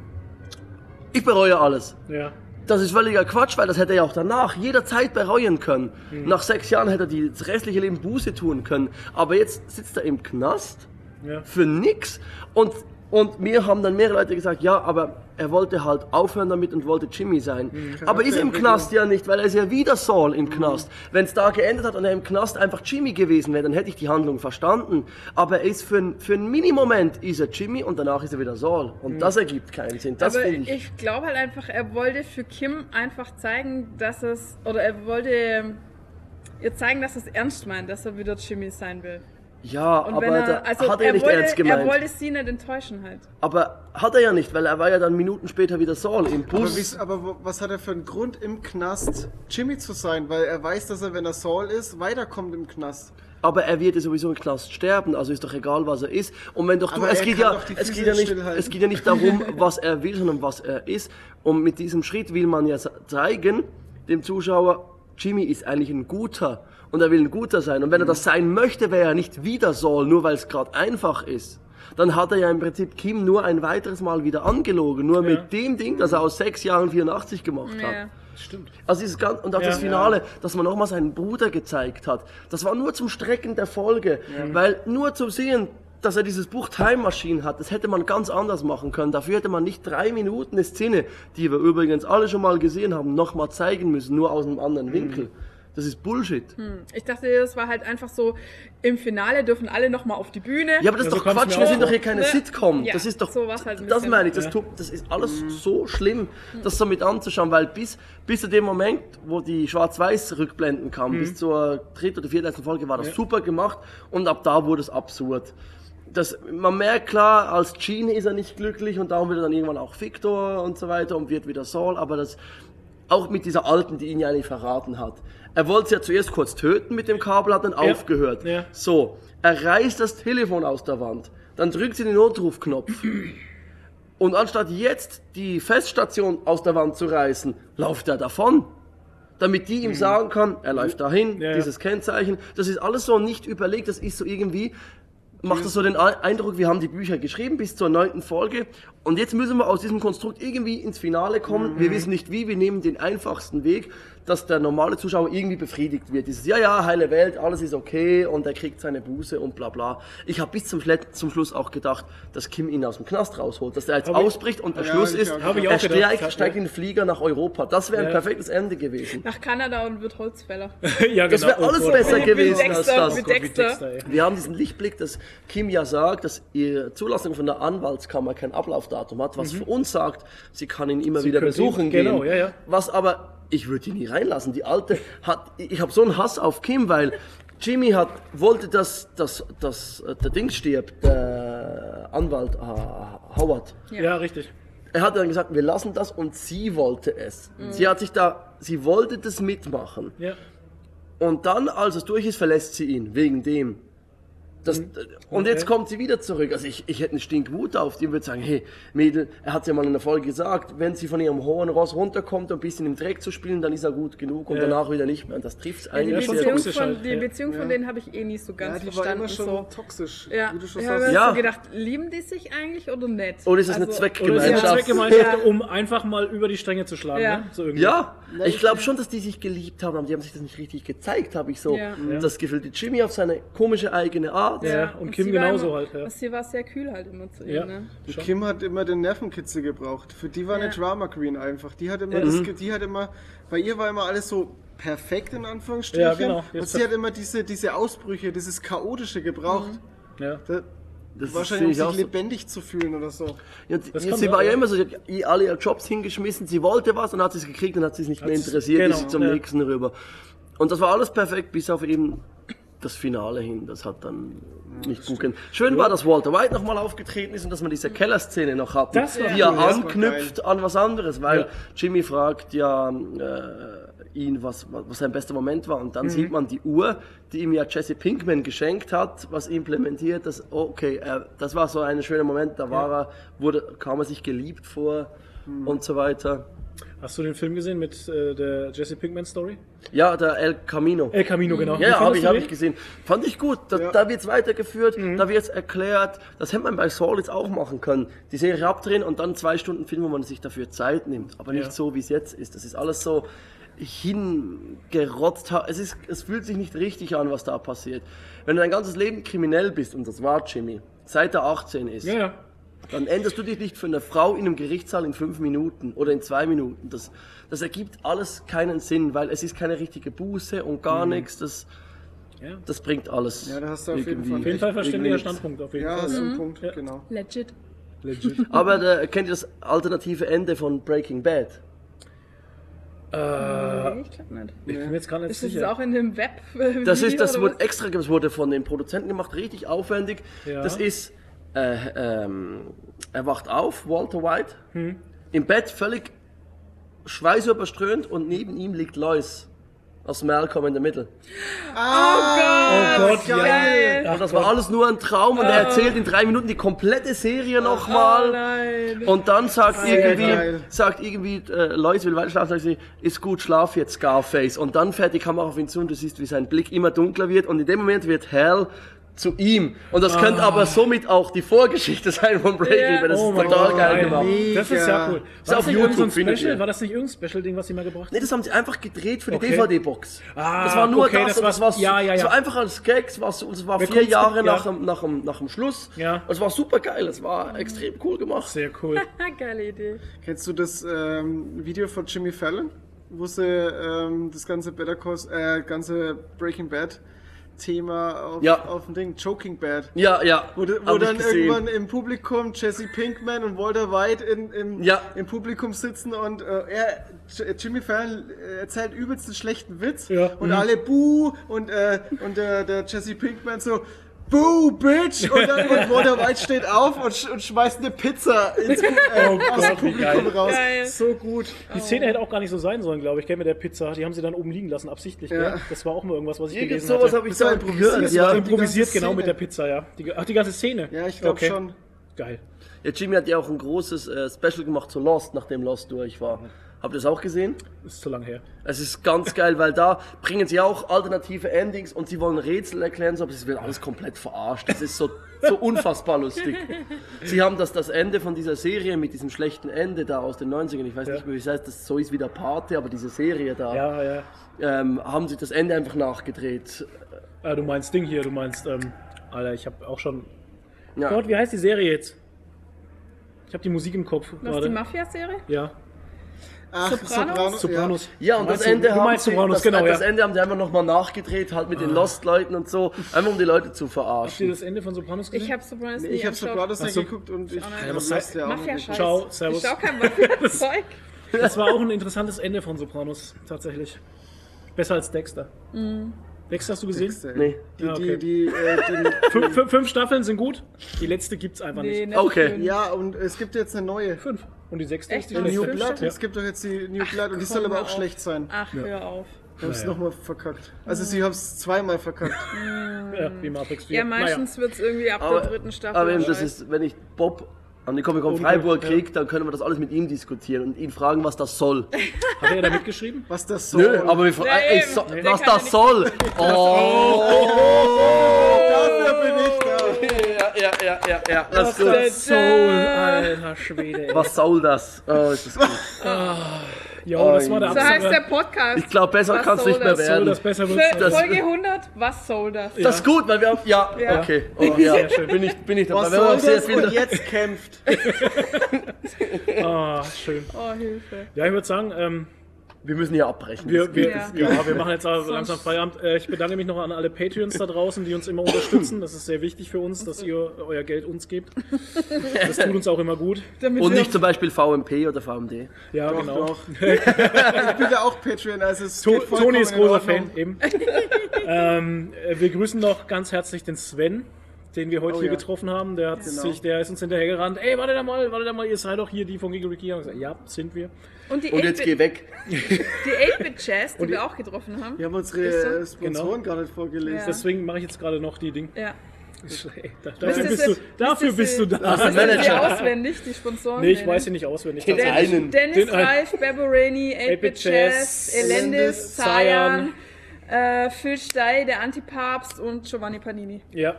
Speaker 2: ich bereue alles.
Speaker 1: Ja.
Speaker 2: Das ist völliger Quatsch, weil das hätte er ja auch danach jederzeit bereuen können. Nach sechs Jahren hätte er die- das restliche Leben Buße tun können. Aber jetzt sitzt er im Knast
Speaker 1: Ja.
Speaker 2: für nix. Und, und mir haben dann mehrere Leute gesagt, ja, aber er wollte halt aufhören damit und wollte Jimmy sein. Aber Hm, ist Hm. im Knast ja nicht, weil er ist ja wieder Saul im Knast. Wenn es da geendet hat und er im Knast einfach Jimmy gewesen wäre, dann hätte ich die Handlung verstanden. Aber er ist für, n- für einen Minimoment ist er Jimmy und danach ist er wieder Saul. Und das ergibt keinen Sinn. Das
Speaker 3: aber
Speaker 2: finde Hm. ich.
Speaker 3: ich, glaube halt einfach, er wollte für Kim einfach zeigen, dass es, oder er wollte ihr zeigen, dass es ernst meint, dass er wieder Jimmy sein will.
Speaker 2: Ja,
Speaker 3: Und
Speaker 2: aber
Speaker 3: wenn er,
Speaker 2: da
Speaker 3: also
Speaker 2: hat er, nicht
Speaker 3: wollte,
Speaker 2: ernst gemeint.
Speaker 3: er wollte sie nicht enttäuschen halt.
Speaker 2: aber hat er ja nicht, weil er war ja dann Minuten später wieder Saul im
Speaker 4: Aber, wie's-
Speaker 2: Bus.
Speaker 4: aber wo- was hat er für einen Grund, im Knast Jimmy zu sein? Weil er weiß, dass er, wenn er Saul ist, weiterkommt im Knast.
Speaker 2: Aber er wird ja sowieso im Knast sterben, also ist doch egal, was er ist. Und wenn doch du,
Speaker 4: Aber
Speaker 2: es
Speaker 4: er
Speaker 2: geht, ja,
Speaker 4: kann doch die
Speaker 2: es,
Speaker 4: Füße
Speaker 2: geht ja nicht,
Speaker 4: stillhalten.
Speaker 2: es geht ja nicht darum, was er will, sondern was er ist. Und mit diesem Schritt will man ja sa- zeigen, dem Zuschauer, Jimmy ist eigentlich ein Guter. Und er will ein Guter sein. Und
Speaker 4: Mhm.
Speaker 2: wenn er das sein möchte, wäre er nicht wieder Saul, nur weil es gerade einfach ist. Dann hat er ja im Prinzip Kim nur ein weiteres Mal wieder angelogen, nur mit dem Ding, das er aus sechs Jahren 84 gemacht hat.
Speaker 3: Ja.
Speaker 1: Stimmt.
Speaker 2: Also dieses ganz, und auch
Speaker 1: Ja.
Speaker 2: das Finale, dass man nochmal seinen Bruder gezeigt hat. Das war nur zum Strecken der Folge, weil nur zu sehen, dass er dieses Buch Time Machine hat, das hätte man ganz anders machen können. Dafür hätte man nicht drei Minuten eine Szene, die wir übrigens alle schon mal gesehen haben, nochmal zeigen müssen, nur aus einem anderen
Speaker 1: Mhm.
Speaker 2: Winkel. Das ist Bullshit.
Speaker 3: Ich dachte, das war halt einfach so, im Finale dürfen alle nochmal auf die Bühne.
Speaker 2: Ja, aber das
Speaker 1: Ja,
Speaker 2: ist
Speaker 1: so
Speaker 2: doch
Speaker 1: kommt's mir
Speaker 2: Quatsch, wir
Speaker 1: auch
Speaker 2: sind doch hier
Speaker 3: vor.
Speaker 2: keine
Speaker 3: Ne?
Speaker 2: Sitcom.
Speaker 3: Ja,
Speaker 2: das ist doch,
Speaker 3: so war's halt ein
Speaker 2: das
Speaker 3: bisschen. Mhm.
Speaker 2: meine ich, das, tut, das ist alles so schlimm, das so mit anzuschauen, weil bis, bis zu dem Moment, wo die Schwarz-Weiß-Rückblenden kamen,
Speaker 1: Mhm.
Speaker 2: bis zur dritten oder vierten letzten Folge war das super gemacht und ab da wurde es absurd. Das, man merkt klar, als Gene ist er nicht glücklich und darum wird er dann irgendwann auch Victor und so weiter und wird wieder Saul, aber das, auch mit dieser Alten, die ihn ja eigentlich verraten hat. Er wollte sie ja zuerst kurz töten mit dem Kabel, hat dann aufgehört.
Speaker 1: Ja.
Speaker 2: So, er reißt das Telefon aus der Wand, dann drückt sie den Notrufknopf. Und anstatt jetzt die Feststation aus der Wand zu reißen, läuft er davon. damit die ihm sagen kann, er läuft dahin,
Speaker 1: Mhm. Ja, ja.
Speaker 2: dieses Kennzeichen. Das ist alles so nicht überlegt, das ist so irgendwie, macht das so den Ei- Eindruck, wir haben die Bücher geschrieben bis zur neunten Folge und jetzt müssen wir aus diesem Konstrukt irgendwie ins Finale kommen.
Speaker 1: Mhm.
Speaker 2: Wir wissen nicht wie, wir nehmen den einfachsten Weg, dass der normale Zuschauer irgendwie befriedigt wird. Dieses, ja, ja, heile Welt, alles ist okay und er kriegt seine Buße und bla bla. Ich habe bis zum, Schlet- zum Schluss auch gedacht, dass Kim ihn aus dem Knast rausholt, dass er jetzt
Speaker 1: Hab ich-
Speaker 2: ausbricht und der
Speaker 4: Ja,
Speaker 2: Schluss
Speaker 4: hab ich
Speaker 2: ist,
Speaker 4: auch
Speaker 1: Hab ich
Speaker 2: er
Speaker 1: auch gedacht,
Speaker 2: steigt, steigt in den Flieger nach Europa. Das wäre ein
Speaker 1: Ja.
Speaker 2: perfektes Ende gewesen.
Speaker 3: Nach Kanada und wird Holzfäller.
Speaker 1: ja, genau.
Speaker 2: Das wäre
Speaker 1: Oh
Speaker 2: alles
Speaker 1: Gott.
Speaker 2: besser
Speaker 1: Oh
Speaker 2: gewesen
Speaker 3: Dexter,
Speaker 2: als das.
Speaker 3: mit
Speaker 1: Gott, wie
Speaker 3: Dexter.
Speaker 1: Dexter, ey.
Speaker 2: Wir haben diesen Lichtblick, dass Kim ja sagt, dass ihre Zulassung von der Anwaltskammer kein Ablaufdatum hat, was für uns sagt, sie kann ihn immer wieder
Speaker 1: könnte Mhm. ihn-
Speaker 2: besuchen gehen.
Speaker 1: genau, ja, ja.
Speaker 2: Was aber, ich würde ihn nie reinlassen. Die alte hat, ich habe so einen Hass auf Kim, weil Jimmy hat, wollte, dass, dass, dass äh, der Ding stirbt, der Anwalt äh, Howard.
Speaker 1: Ja, richtig.
Speaker 2: Er hat dann gesagt, wir lassen das und sie wollte es. Sie hat sich da, sie wollte das mitmachen.
Speaker 1: Ja.
Speaker 2: Und dann, als es durch ist, verlässt sie ihn, wegen dem. Das, Und jetzt kommt sie wieder zurück. Also ich, ich hätte einen Stinkwut auf die und würde sagen, hey, Mädel, er hat ja mal in der Folge gesagt, wenn sie von ihrem hohen Ross runterkommt, um ein bisschen im Dreck zu spielen, dann ist er gut genug und
Speaker 1: Ja.
Speaker 2: danach wieder nicht mehr. Und das trifft
Speaker 3: Die
Speaker 2: eigentlich
Speaker 1: ist schon
Speaker 3: Beziehung,
Speaker 1: toxisch
Speaker 3: von,
Speaker 1: halt,
Speaker 3: die
Speaker 1: ja.
Speaker 3: Beziehung von denen habe ich eh nicht so
Speaker 4: Ja,
Speaker 3: ganz
Speaker 4: die war
Speaker 3: verstanden.
Speaker 4: immer schon
Speaker 3: so.
Speaker 4: toxisch.
Speaker 3: Ja,
Speaker 4: Wie du schon
Speaker 3: ich habe
Speaker 4: sagst.
Speaker 2: Ja.
Speaker 3: so gedacht, lieben die sich eigentlich Also, oder nicht?
Speaker 2: Oder ist es eine
Speaker 1: Oder es ist eine
Speaker 2: Gemeinschaft.
Speaker 1: Zweckgemeinschaft, um einfach mal über die Stränge zu schlagen.
Speaker 3: Ja.
Speaker 1: Ne? So irgendwie.
Speaker 2: Ja,
Speaker 4: Na,
Speaker 2: ich
Speaker 4: ich-
Speaker 2: glaube schon, dass die sich geliebt haben, aber die haben sich das nicht richtig gezeigt, habe ich so
Speaker 3: Ja.
Speaker 2: das Gefühl. Die Jimmy auf seine komische eigene Art.
Speaker 1: Ja, und Kim
Speaker 3: sie war
Speaker 1: genauso
Speaker 3: immer,
Speaker 1: halt, ja.
Speaker 3: Sie war sehr kühl halt immer zu ihr,
Speaker 1: Ja.
Speaker 3: ne?
Speaker 4: Die Kim hat immer den Nervenkitzel gebraucht. Für die war
Speaker 3: Ja.
Speaker 4: eine Drama Queen einfach. Die hat immer,
Speaker 1: Ja.
Speaker 4: das, ge- die hat immer, bei ihr war immer alles so perfekt in Anführungsstrichen.
Speaker 1: Ja, genau.
Speaker 4: Und
Speaker 1: Jetzt
Speaker 4: sie
Speaker 1: hat-
Speaker 4: hat immer diese, diese Ausbrüche, dieses chaotische gebraucht.
Speaker 1: Ja.
Speaker 2: Das
Speaker 4: Da,
Speaker 2: ist- sehe ich
Speaker 4: wahrscheinlich um
Speaker 2: auch
Speaker 4: sich
Speaker 2: so.
Speaker 4: lebendig zu fühlen oder so.
Speaker 2: Ja, die-
Speaker 1: Das
Speaker 2: sie
Speaker 1: kann
Speaker 2: sie
Speaker 1: sein,
Speaker 2: war ja
Speaker 1: ja.
Speaker 2: immer so, sie hat i- alle ihre Jobs hingeschmissen, sie wollte was und hat es gekriegt und hat es nicht mehr
Speaker 1: Hat's-
Speaker 2: interessiert,
Speaker 1: genau,
Speaker 2: ist sie zum
Speaker 1: ja.
Speaker 2: nächsten rüber. Und das war alles perfekt, bis auf eben das Finale hin. Das hat dann nicht gut gehen. Schön war, dass Walter White nochmal aufgetreten ist und dass man diese Kellerszene noch hat,
Speaker 1: Das war
Speaker 2: die ja
Speaker 4: cool, das war
Speaker 2: anknüpft an was anderes, weil
Speaker 1: Ja.
Speaker 2: Jimmy fragt ja äh, ihn, was, was sein bester Moment war und dann sieht man die Uhr, die ihm ja Jesse Pinkman geschenkt hat, was implementiert, das okay, äh, das war so ein schöner Moment, da war er, wurde, kam er sich geliebt vor und so weiter.
Speaker 1: Hast du den Film gesehen mit äh, der Jesse Pinkman Story?
Speaker 2: Ja, der El Camino.
Speaker 1: El Camino, genau. Wie
Speaker 2: Ja, habe
Speaker 1: fandest
Speaker 2: ich,
Speaker 1: du Mhm.
Speaker 2: hab
Speaker 1: den?
Speaker 2: ich gesehen. Fand ich gut. Da,
Speaker 4: Ja.
Speaker 2: da wird's weitergeführt, da wird's erklärt. Das hätte man bei Saul jetzt auch machen können. Die Serie abdrehen und dann zwei Stunden Film, wo man sich dafür Zeit nimmt. Aber nicht
Speaker 1: Ja.
Speaker 2: so, wie es jetzt ist. Das ist alles so hingerotzt. ha- Es, ist, es fühlt sich nicht richtig an, was da passiert. Wenn du dein ganzes Leben kriminell bist, und das war Jimmy, seit er 18 ist,
Speaker 1: Ja, ja.
Speaker 2: dann änderst du dich nicht für eine Frau in einem Gerichtssaal in fünf Minuten oder in zwei Minuten. Das, das ergibt alles keinen Sinn, weil es ist keine richtige Buße und gar nichts. Das,
Speaker 1: Ja.
Speaker 2: das bringt alles.
Speaker 4: Ja, da hast du auf jeden
Speaker 2: irgendwie-
Speaker 4: Fall
Speaker 1: Auf jeden Fall verständiger
Speaker 2: irgendwie
Speaker 1: Standpunkt. Auf jeden
Speaker 4: Ja,
Speaker 1: Fall.
Speaker 4: hast du einen Punkt, genau.
Speaker 3: Legit.
Speaker 1: Legit.
Speaker 2: nichts. Aber da, kennt ihr das alternative Ende von Breaking Bad?
Speaker 3: Nee, ich glaube nicht.
Speaker 1: Ich bin mir jetzt gar nicht
Speaker 3: Ist das
Speaker 1: sicher.
Speaker 3: auch in dem Web? äh,
Speaker 2: Das ist,
Speaker 3: Video
Speaker 2: das
Speaker 3: oder
Speaker 2: wurde
Speaker 3: was?
Speaker 2: extra, das wurde von den Produzenten gemacht, richtig aufwendig.
Speaker 1: Ja.
Speaker 2: Das ist, äh, ähm, er wacht auf, Walter White, im Bett völlig schweißüberströmt und neben ihm liegt Lois aus Malcolm in the Middle.
Speaker 1: oh Gott, ja.
Speaker 3: Geil.
Speaker 1: Ach
Speaker 2: Und das war alles nur ein Traum und er erzählt in drei Minuten die komplette Serie
Speaker 3: Oh
Speaker 2: nochmal.
Speaker 3: nein.
Speaker 2: Und dann sagt irgendwie,
Speaker 4: geil.
Speaker 2: sagt irgendwie, äh, Lois will weiter schlafen, sagt sie, ist gut, schlaf jetzt, Scarface. Und dann fährt die Kamera auf ihn zu und du siehst, wie sein Blick immer dunkler wird und in dem Moment wird Hell zu ihm. Und das könnte aber somit auch die Vorgeschichte sein von Breaking
Speaker 3: Ja.
Speaker 2: Bad. Das
Speaker 1: Ah. Oh
Speaker 2: ist
Speaker 1: mein
Speaker 2: total
Speaker 1: Gott,
Speaker 2: geil
Speaker 1: nein.
Speaker 2: gemacht. Nee.
Speaker 1: Das ist ja cool. War
Speaker 2: Ist
Speaker 1: das
Speaker 2: auf
Speaker 1: nicht irgend so ein
Speaker 2: YouTube, findet
Speaker 1: Special?
Speaker 2: ihr.
Speaker 1: War das nicht irgendein Special-Ding, was sie mal gebracht haben?
Speaker 2: das haben sie einfach gedreht für die
Speaker 1: Okay.
Speaker 2: DVD-Box.
Speaker 1: Ah,
Speaker 2: das war nur
Speaker 1: okay,
Speaker 2: das,
Speaker 1: das
Speaker 2: und das war,
Speaker 1: war's. Ja, ja,
Speaker 2: Das
Speaker 1: ja.
Speaker 2: war einfach als Gag, es war, so- es war
Speaker 1: Wer
Speaker 2: vier
Speaker 1: kommt's
Speaker 2: Jahre
Speaker 1: mit? Ja.
Speaker 2: nach, dem, nach, dem, nach dem Schluss.
Speaker 1: Ja.
Speaker 2: Und Es war super geil, es war extrem cool gemacht.
Speaker 1: Sehr cool.
Speaker 3: Ah, geile Idee.
Speaker 4: Kennst du das ähm, Video von Jimmy Fallon, wo sie ähm, das ganze Better Course, äh, ganze Breaking Bad Thema auf,
Speaker 2: Ja.
Speaker 4: auf dem Ding, Joking Bad?
Speaker 2: Ja, ja.
Speaker 4: Wo, de-
Speaker 2: hab
Speaker 4: wo
Speaker 2: ich
Speaker 4: dann
Speaker 2: gesehen.
Speaker 4: irgendwann im Publikum Jesse Pinkman und Walter White in, im,
Speaker 2: Ja.
Speaker 4: im Publikum sitzen und äh, er, J- Jimmy Fallon äh, erzählt übelst einen schlechten Witz
Speaker 1: Ja. Mhm.
Speaker 4: und alle Buh und, äh, und der, der Jesse Pinkman so Boo, Bitch! Und, dann, und Walter White steht auf und, sch und schmeißt eine Pizza ins Pu- äh,
Speaker 1: Oh
Speaker 4: aus dem
Speaker 1: Gott, wie
Speaker 4: Publikum
Speaker 1: geil.
Speaker 4: raus.
Speaker 3: Geil.
Speaker 4: So gut.
Speaker 1: Die Szene hätte auch gar nicht so sein sollen, glaube ich, gell, mit der Pizza. Die haben sie dann oben liegen lassen, absichtlich.
Speaker 4: Ja.
Speaker 1: Gell? Das war auch mal irgendwas, was ich
Speaker 2: Irgend
Speaker 1: gelesen
Speaker 2: sowas
Speaker 1: hatte.
Speaker 2: habe ich
Speaker 4: Das war
Speaker 2: da
Speaker 4: improvisiert,
Speaker 2: gehört.
Speaker 4: das
Speaker 2: Ja.
Speaker 4: war
Speaker 1: Improvisiert
Speaker 4: Die ganze
Speaker 1: genau mit der
Speaker 4: Szene.
Speaker 1: Pizza, ja. Die, ach, die ganze Szene.
Speaker 4: Ja, ich glaube
Speaker 1: Okay.
Speaker 4: schon.
Speaker 1: Geil. Mhm.
Speaker 2: ja, Jimmy hat ja auch ein großes äh, Special gemacht zu Lost, nachdem Lost durch war. Habt ihr das auch gesehen?
Speaker 1: Ist zu lang her.
Speaker 2: Es ist ganz geil, weil da bringen sie auch alternative Endings und sie wollen Rätsel erklären, so, aber es wird alles komplett verarscht. Das ist so, so unfassbar lustig. Sie haben das, das Ende von dieser Serie mit diesem schlechten Ende da aus den 90ern, ich weiß nicht mehr, wie es heißt, das so ist wie der Pate, aber diese Serie da,
Speaker 1: Ja, ja.
Speaker 2: ähm, haben sie das Ende einfach nachgedreht.
Speaker 1: Ah, du meinst Ding hier, du meinst, ähm, Alter, ich habe auch schon.
Speaker 2: Ja.
Speaker 1: Gott, wie heißt die Serie jetzt? Ich habe die Musik im Kopf
Speaker 3: Was die
Speaker 1: gerade.
Speaker 3: Mafia-Serie?
Speaker 1: Ja,
Speaker 4: Ach,
Speaker 3: Sopranos?
Speaker 1: Sopranos.
Speaker 2: Ja, und
Speaker 1: Meinst
Speaker 2: das
Speaker 1: du-
Speaker 2: Ende,
Speaker 1: du
Speaker 2: haben
Speaker 1: meinst
Speaker 2: sie,
Speaker 1: Sopranos,
Speaker 2: das,
Speaker 1: genau,
Speaker 2: das
Speaker 1: ja. Ah.
Speaker 2: Ende haben sie einfach nochmal nachgedreht, halt mit den Lost-Leuten und so, einfach um die Leute zu
Speaker 1: Habt ihr
Speaker 2: verarschen.
Speaker 1: das Ende von Sopranos gesehen?
Speaker 3: Ich habe Sopranos
Speaker 4: Ja.
Speaker 3: nie
Speaker 4: Ich habe
Speaker 3: angeschaut.
Speaker 4: Sopranos nicht
Speaker 1: Ach so.
Speaker 4: geguckt und ich
Speaker 3: nein.
Speaker 4: hab
Speaker 1: was
Speaker 4: Lost
Speaker 1: heißt-
Speaker 4: ja auch nicht.
Speaker 3: Mafia-Scheiß.
Speaker 1: Ciao, servus.
Speaker 3: Ich schau kein Mafia-Zeug.
Speaker 1: Das war auch ein interessantes Ende von Sopranos, tatsächlich. Besser als Dexter.
Speaker 3: Mhm.
Speaker 1: Dexter hast du gesehen?
Speaker 4: Sechste.
Speaker 2: Nee.
Speaker 4: Die,
Speaker 1: Ja, okay.
Speaker 4: die, die, äh,
Speaker 1: Fünf, fünf, fünf Staffeln sind gut, die letzte gibt's einfach
Speaker 3: Nee,
Speaker 1: nicht.
Speaker 3: nicht
Speaker 2: Okay.
Speaker 3: schön.
Speaker 4: die, ja, und es gibt jetzt eine neue.
Speaker 1: Fünf. Und die sechste
Speaker 3: Echt?
Speaker 1: ist die
Speaker 3: Und
Speaker 4: New
Speaker 1: schlechteste.
Speaker 3: fünf
Speaker 4: Blood.
Speaker 1: Ja.
Speaker 4: Es gibt doch jetzt die New Blood und die soll
Speaker 3: komm
Speaker 4: aber
Speaker 3: mal
Speaker 4: auch
Speaker 3: auf.
Speaker 4: schlecht sein.
Speaker 3: Ach, hör auf.
Speaker 4: Ich hab's
Speaker 1: Ah. Naja.
Speaker 4: nochmal verkackt. Also, sie haben's zweimal verkackt.
Speaker 1: Ja, wie Matrix 4.
Speaker 3: Ja, meistens wird's irgendwie ab
Speaker 2: Aber,
Speaker 3: der dritten Staffel.
Speaker 2: aber eben, das
Speaker 3: scheiße.
Speaker 2: ist, Ah, wenn ich Bob an den Comic-Con
Speaker 1: Und-
Speaker 2: Freiburg
Speaker 1: ja.
Speaker 2: kriege, dann können wir das alles mit ihm diskutieren und ihn fragen, was das soll.
Speaker 1: Naja. Hat er da mitgeschrieben?
Speaker 4: Was das soll.
Speaker 2: Nö, aber wir fragen,
Speaker 3: Ja,
Speaker 2: ey,
Speaker 3: eben.
Speaker 2: so, was
Speaker 3: Nee. Der kann ja
Speaker 2: das soll. Oh,
Speaker 4: Dafür bin ich da.
Speaker 2: ja, ja, ja, ja, ja, das ist
Speaker 1: Der
Speaker 2: gut.
Speaker 1: Soul, alter Schwede. ey.
Speaker 2: Was soll das? Oh, ist das gut.
Speaker 1: Jo, das war der
Speaker 3: So heißt der
Speaker 1: Absender.
Speaker 3: Podcast.
Speaker 2: Ich glaube, besser
Speaker 3: Was
Speaker 2: kann's
Speaker 3: soll
Speaker 2: nicht mehr
Speaker 3: das? Soll
Speaker 1: So,
Speaker 2: werden.
Speaker 1: das besser wird's.
Speaker 3: Fol-
Speaker 1: nicht.
Speaker 2: das-
Speaker 3: Folge 100, was soll das?
Speaker 2: Das ist gut, weil wir haben, ja,
Speaker 3: Ja.
Speaker 2: okay. Oh, ja.
Speaker 1: Sehr schön.
Speaker 2: Bin ich, bin ich dabei.
Speaker 4: Was
Speaker 2: Wir haben
Speaker 4: soll
Speaker 2: auch sehr
Speaker 4: das? Und
Speaker 2: viele.
Speaker 4: jetzt kämpft.
Speaker 1: Ah, schön.
Speaker 3: Oh, Hilfe.
Speaker 1: Ja, ich würde sagen, ähm,
Speaker 2: Wir müssen hier abbrechen.
Speaker 1: wir, wir, ja.
Speaker 3: Ja.
Speaker 1: wir machen jetzt aber langsam Feierabend. Äh, ich bedanke mich noch an alle Patreons da draußen, die uns immer unterstützen. Das ist sehr wichtig für uns, dass ihr euer Geld uns gebt. Das tut uns auch immer gut.
Speaker 3: Damit
Speaker 2: Und
Speaker 3: wir-
Speaker 2: nicht zum Beispiel VMP oder VMD.
Speaker 1: Ja,
Speaker 4: Doch,
Speaker 1: genau.
Speaker 4: doch. Ich bin ja auch Patreon, also es
Speaker 1: To
Speaker 4: geht vollkommen
Speaker 1: Toni ist
Speaker 4: in
Speaker 1: großer
Speaker 4: Ordnung.
Speaker 1: Fan, eben. ähm, äh, wir grüßen noch ganz herzlich den Sven, den wir heute
Speaker 4: Oh
Speaker 1: hier
Speaker 4: ja.
Speaker 1: getroffen haben. Der, hat
Speaker 4: Genau.
Speaker 1: sich, der ist uns hinterhergerannt. Ey, warte da mal, warte da mal, ihr seid doch hier die von Gigariki. Ja, sind wir.
Speaker 3: Und die
Speaker 2: Und jetzt
Speaker 3: 8-Bit-
Speaker 2: geh weg.
Speaker 3: die 8-Bit-Jazz, die wir auch getroffen haben.
Speaker 4: Wir haben
Speaker 3: Siehst du?
Speaker 4: unsere äh, Sponsoren
Speaker 1: Genau.
Speaker 4: gar nicht vorgelesen.
Speaker 3: Ja.
Speaker 1: Deswegen mache ich jetzt gerade noch die Ding.
Speaker 3: Ja.
Speaker 1: Ey, da, dafür
Speaker 3: Müsstest
Speaker 1: bist du,
Speaker 3: du-
Speaker 1: dafür bist
Speaker 3: müsstest
Speaker 1: du
Speaker 3: du-
Speaker 1: da.
Speaker 3: Das sind die
Speaker 2: Manager.
Speaker 3: auswendig, die Sponsoren.
Speaker 1: Nee, ich
Speaker 3: nennen.
Speaker 1: weiß sie nicht auswendig.
Speaker 2: Den
Speaker 1: tatsächlich.
Speaker 2: einen.
Speaker 3: Dennis
Speaker 1: Den einen.
Speaker 3: Reif, Barbarani, 8-Bit
Speaker 1: 8-Bit Jazz,
Speaker 3: Jazz, Elendis,
Speaker 1: Elendis,
Speaker 3: Zayan, äh, Phil Stey, der Antipapst und Giovanni Panini.
Speaker 1: Ja.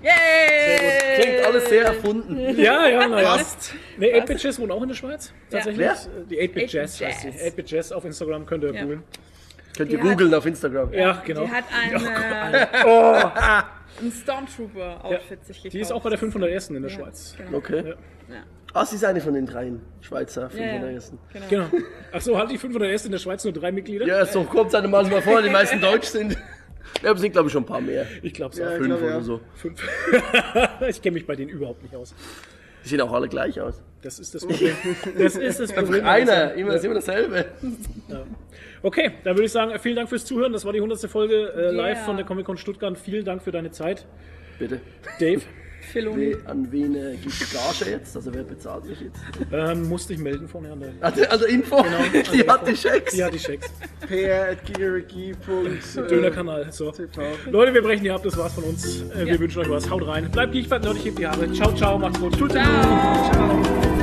Speaker 3: Yay!
Speaker 2: Klingt alles sehr erfunden.
Speaker 1: Ja, ja, naja.
Speaker 4: Fast.
Speaker 1: Nee, 8-Bit Jazz wohnt auch in der Schweiz. Tatsächlich. Äh,
Speaker 2: Wer?
Speaker 1: Die 8-Bit Jazz
Speaker 3: 8-Bit
Speaker 1: heißt sie.
Speaker 3: Jazz.
Speaker 1: 8-Bit Jazz auf Instagram könnt ihr
Speaker 3: Ja.
Speaker 1: googeln.
Speaker 2: Könnt ihr
Speaker 3: Die hat-
Speaker 2: googeln auf Instagram.
Speaker 1: Ja, genau.
Speaker 3: Die hat ein, äh, ein Stormtrooper-Outfit sich gekauft.
Speaker 1: Die ist auch bei der 501. in der Schweiz.
Speaker 3: Genau.
Speaker 2: Okay.
Speaker 1: Ja.
Speaker 2: Ah, sie ist eine von den dreien Schweizer
Speaker 3: Ja, ja.
Speaker 2: 500
Speaker 3: Genau.
Speaker 1: Genau. Achso, hat die 501 in der Schweiz nur drei Mitglieder?
Speaker 2: Ja, so kommt es einem manchmal vor, die meisten Deutsch sind. Ja, aber sind, glaube ich, schon ein paar mehr.
Speaker 1: Ich glaube es
Speaker 4: Ja,
Speaker 1: auch.
Speaker 4: ich
Speaker 2: Fünf
Speaker 4: glaube,
Speaker 2: oder
Speaker 4: ja.
Speaker 2: so.
Speaker 1: Ich kenne mich bei denen überhaupt nicht aus.
Speaker 2: Die sehen auch alle gleich aus.
Speaker 1: Das ist das Problem. Das ist das Problem.
Speaker 2: Einer, immer, ist immer dasselbe.
Speaker 1: Okay, dann würde ich sagen, vielen Dank fürs Zuhören. Das war die 100. Folge äh, live
Speaker 3: Yeah.
Speaker 1: von der Comic-Con Stuttgart. Vielen Dank für deine Zeit,
Speaker 2: Bitte.
Speaker 1: Dave.
Speaker 3: Filoni.
Speaker 2: We, an wen äh, gibt es Gage jetzt? Also wer bezahlt mich jetzt?
Speaker 1: Ähm, musste ich melden von Herrn Daniel.
Speaker 2: Also, also Info, die hat die Schecks.
Speaker 1: Ja, die Schecks.
Speaker 4: pr.gigariki.tv.
Speaker 1: Dönerkanal. So. Leute, wir brechen hier ab. Das war's von uns. Äh, Wir wünschen euch was. Haut rein. Bleibt geek, bleibt nerdig, hebt die Haare. Ciao, ciao. Macht's gut. Tschüss.
Speaker 3: Ciao.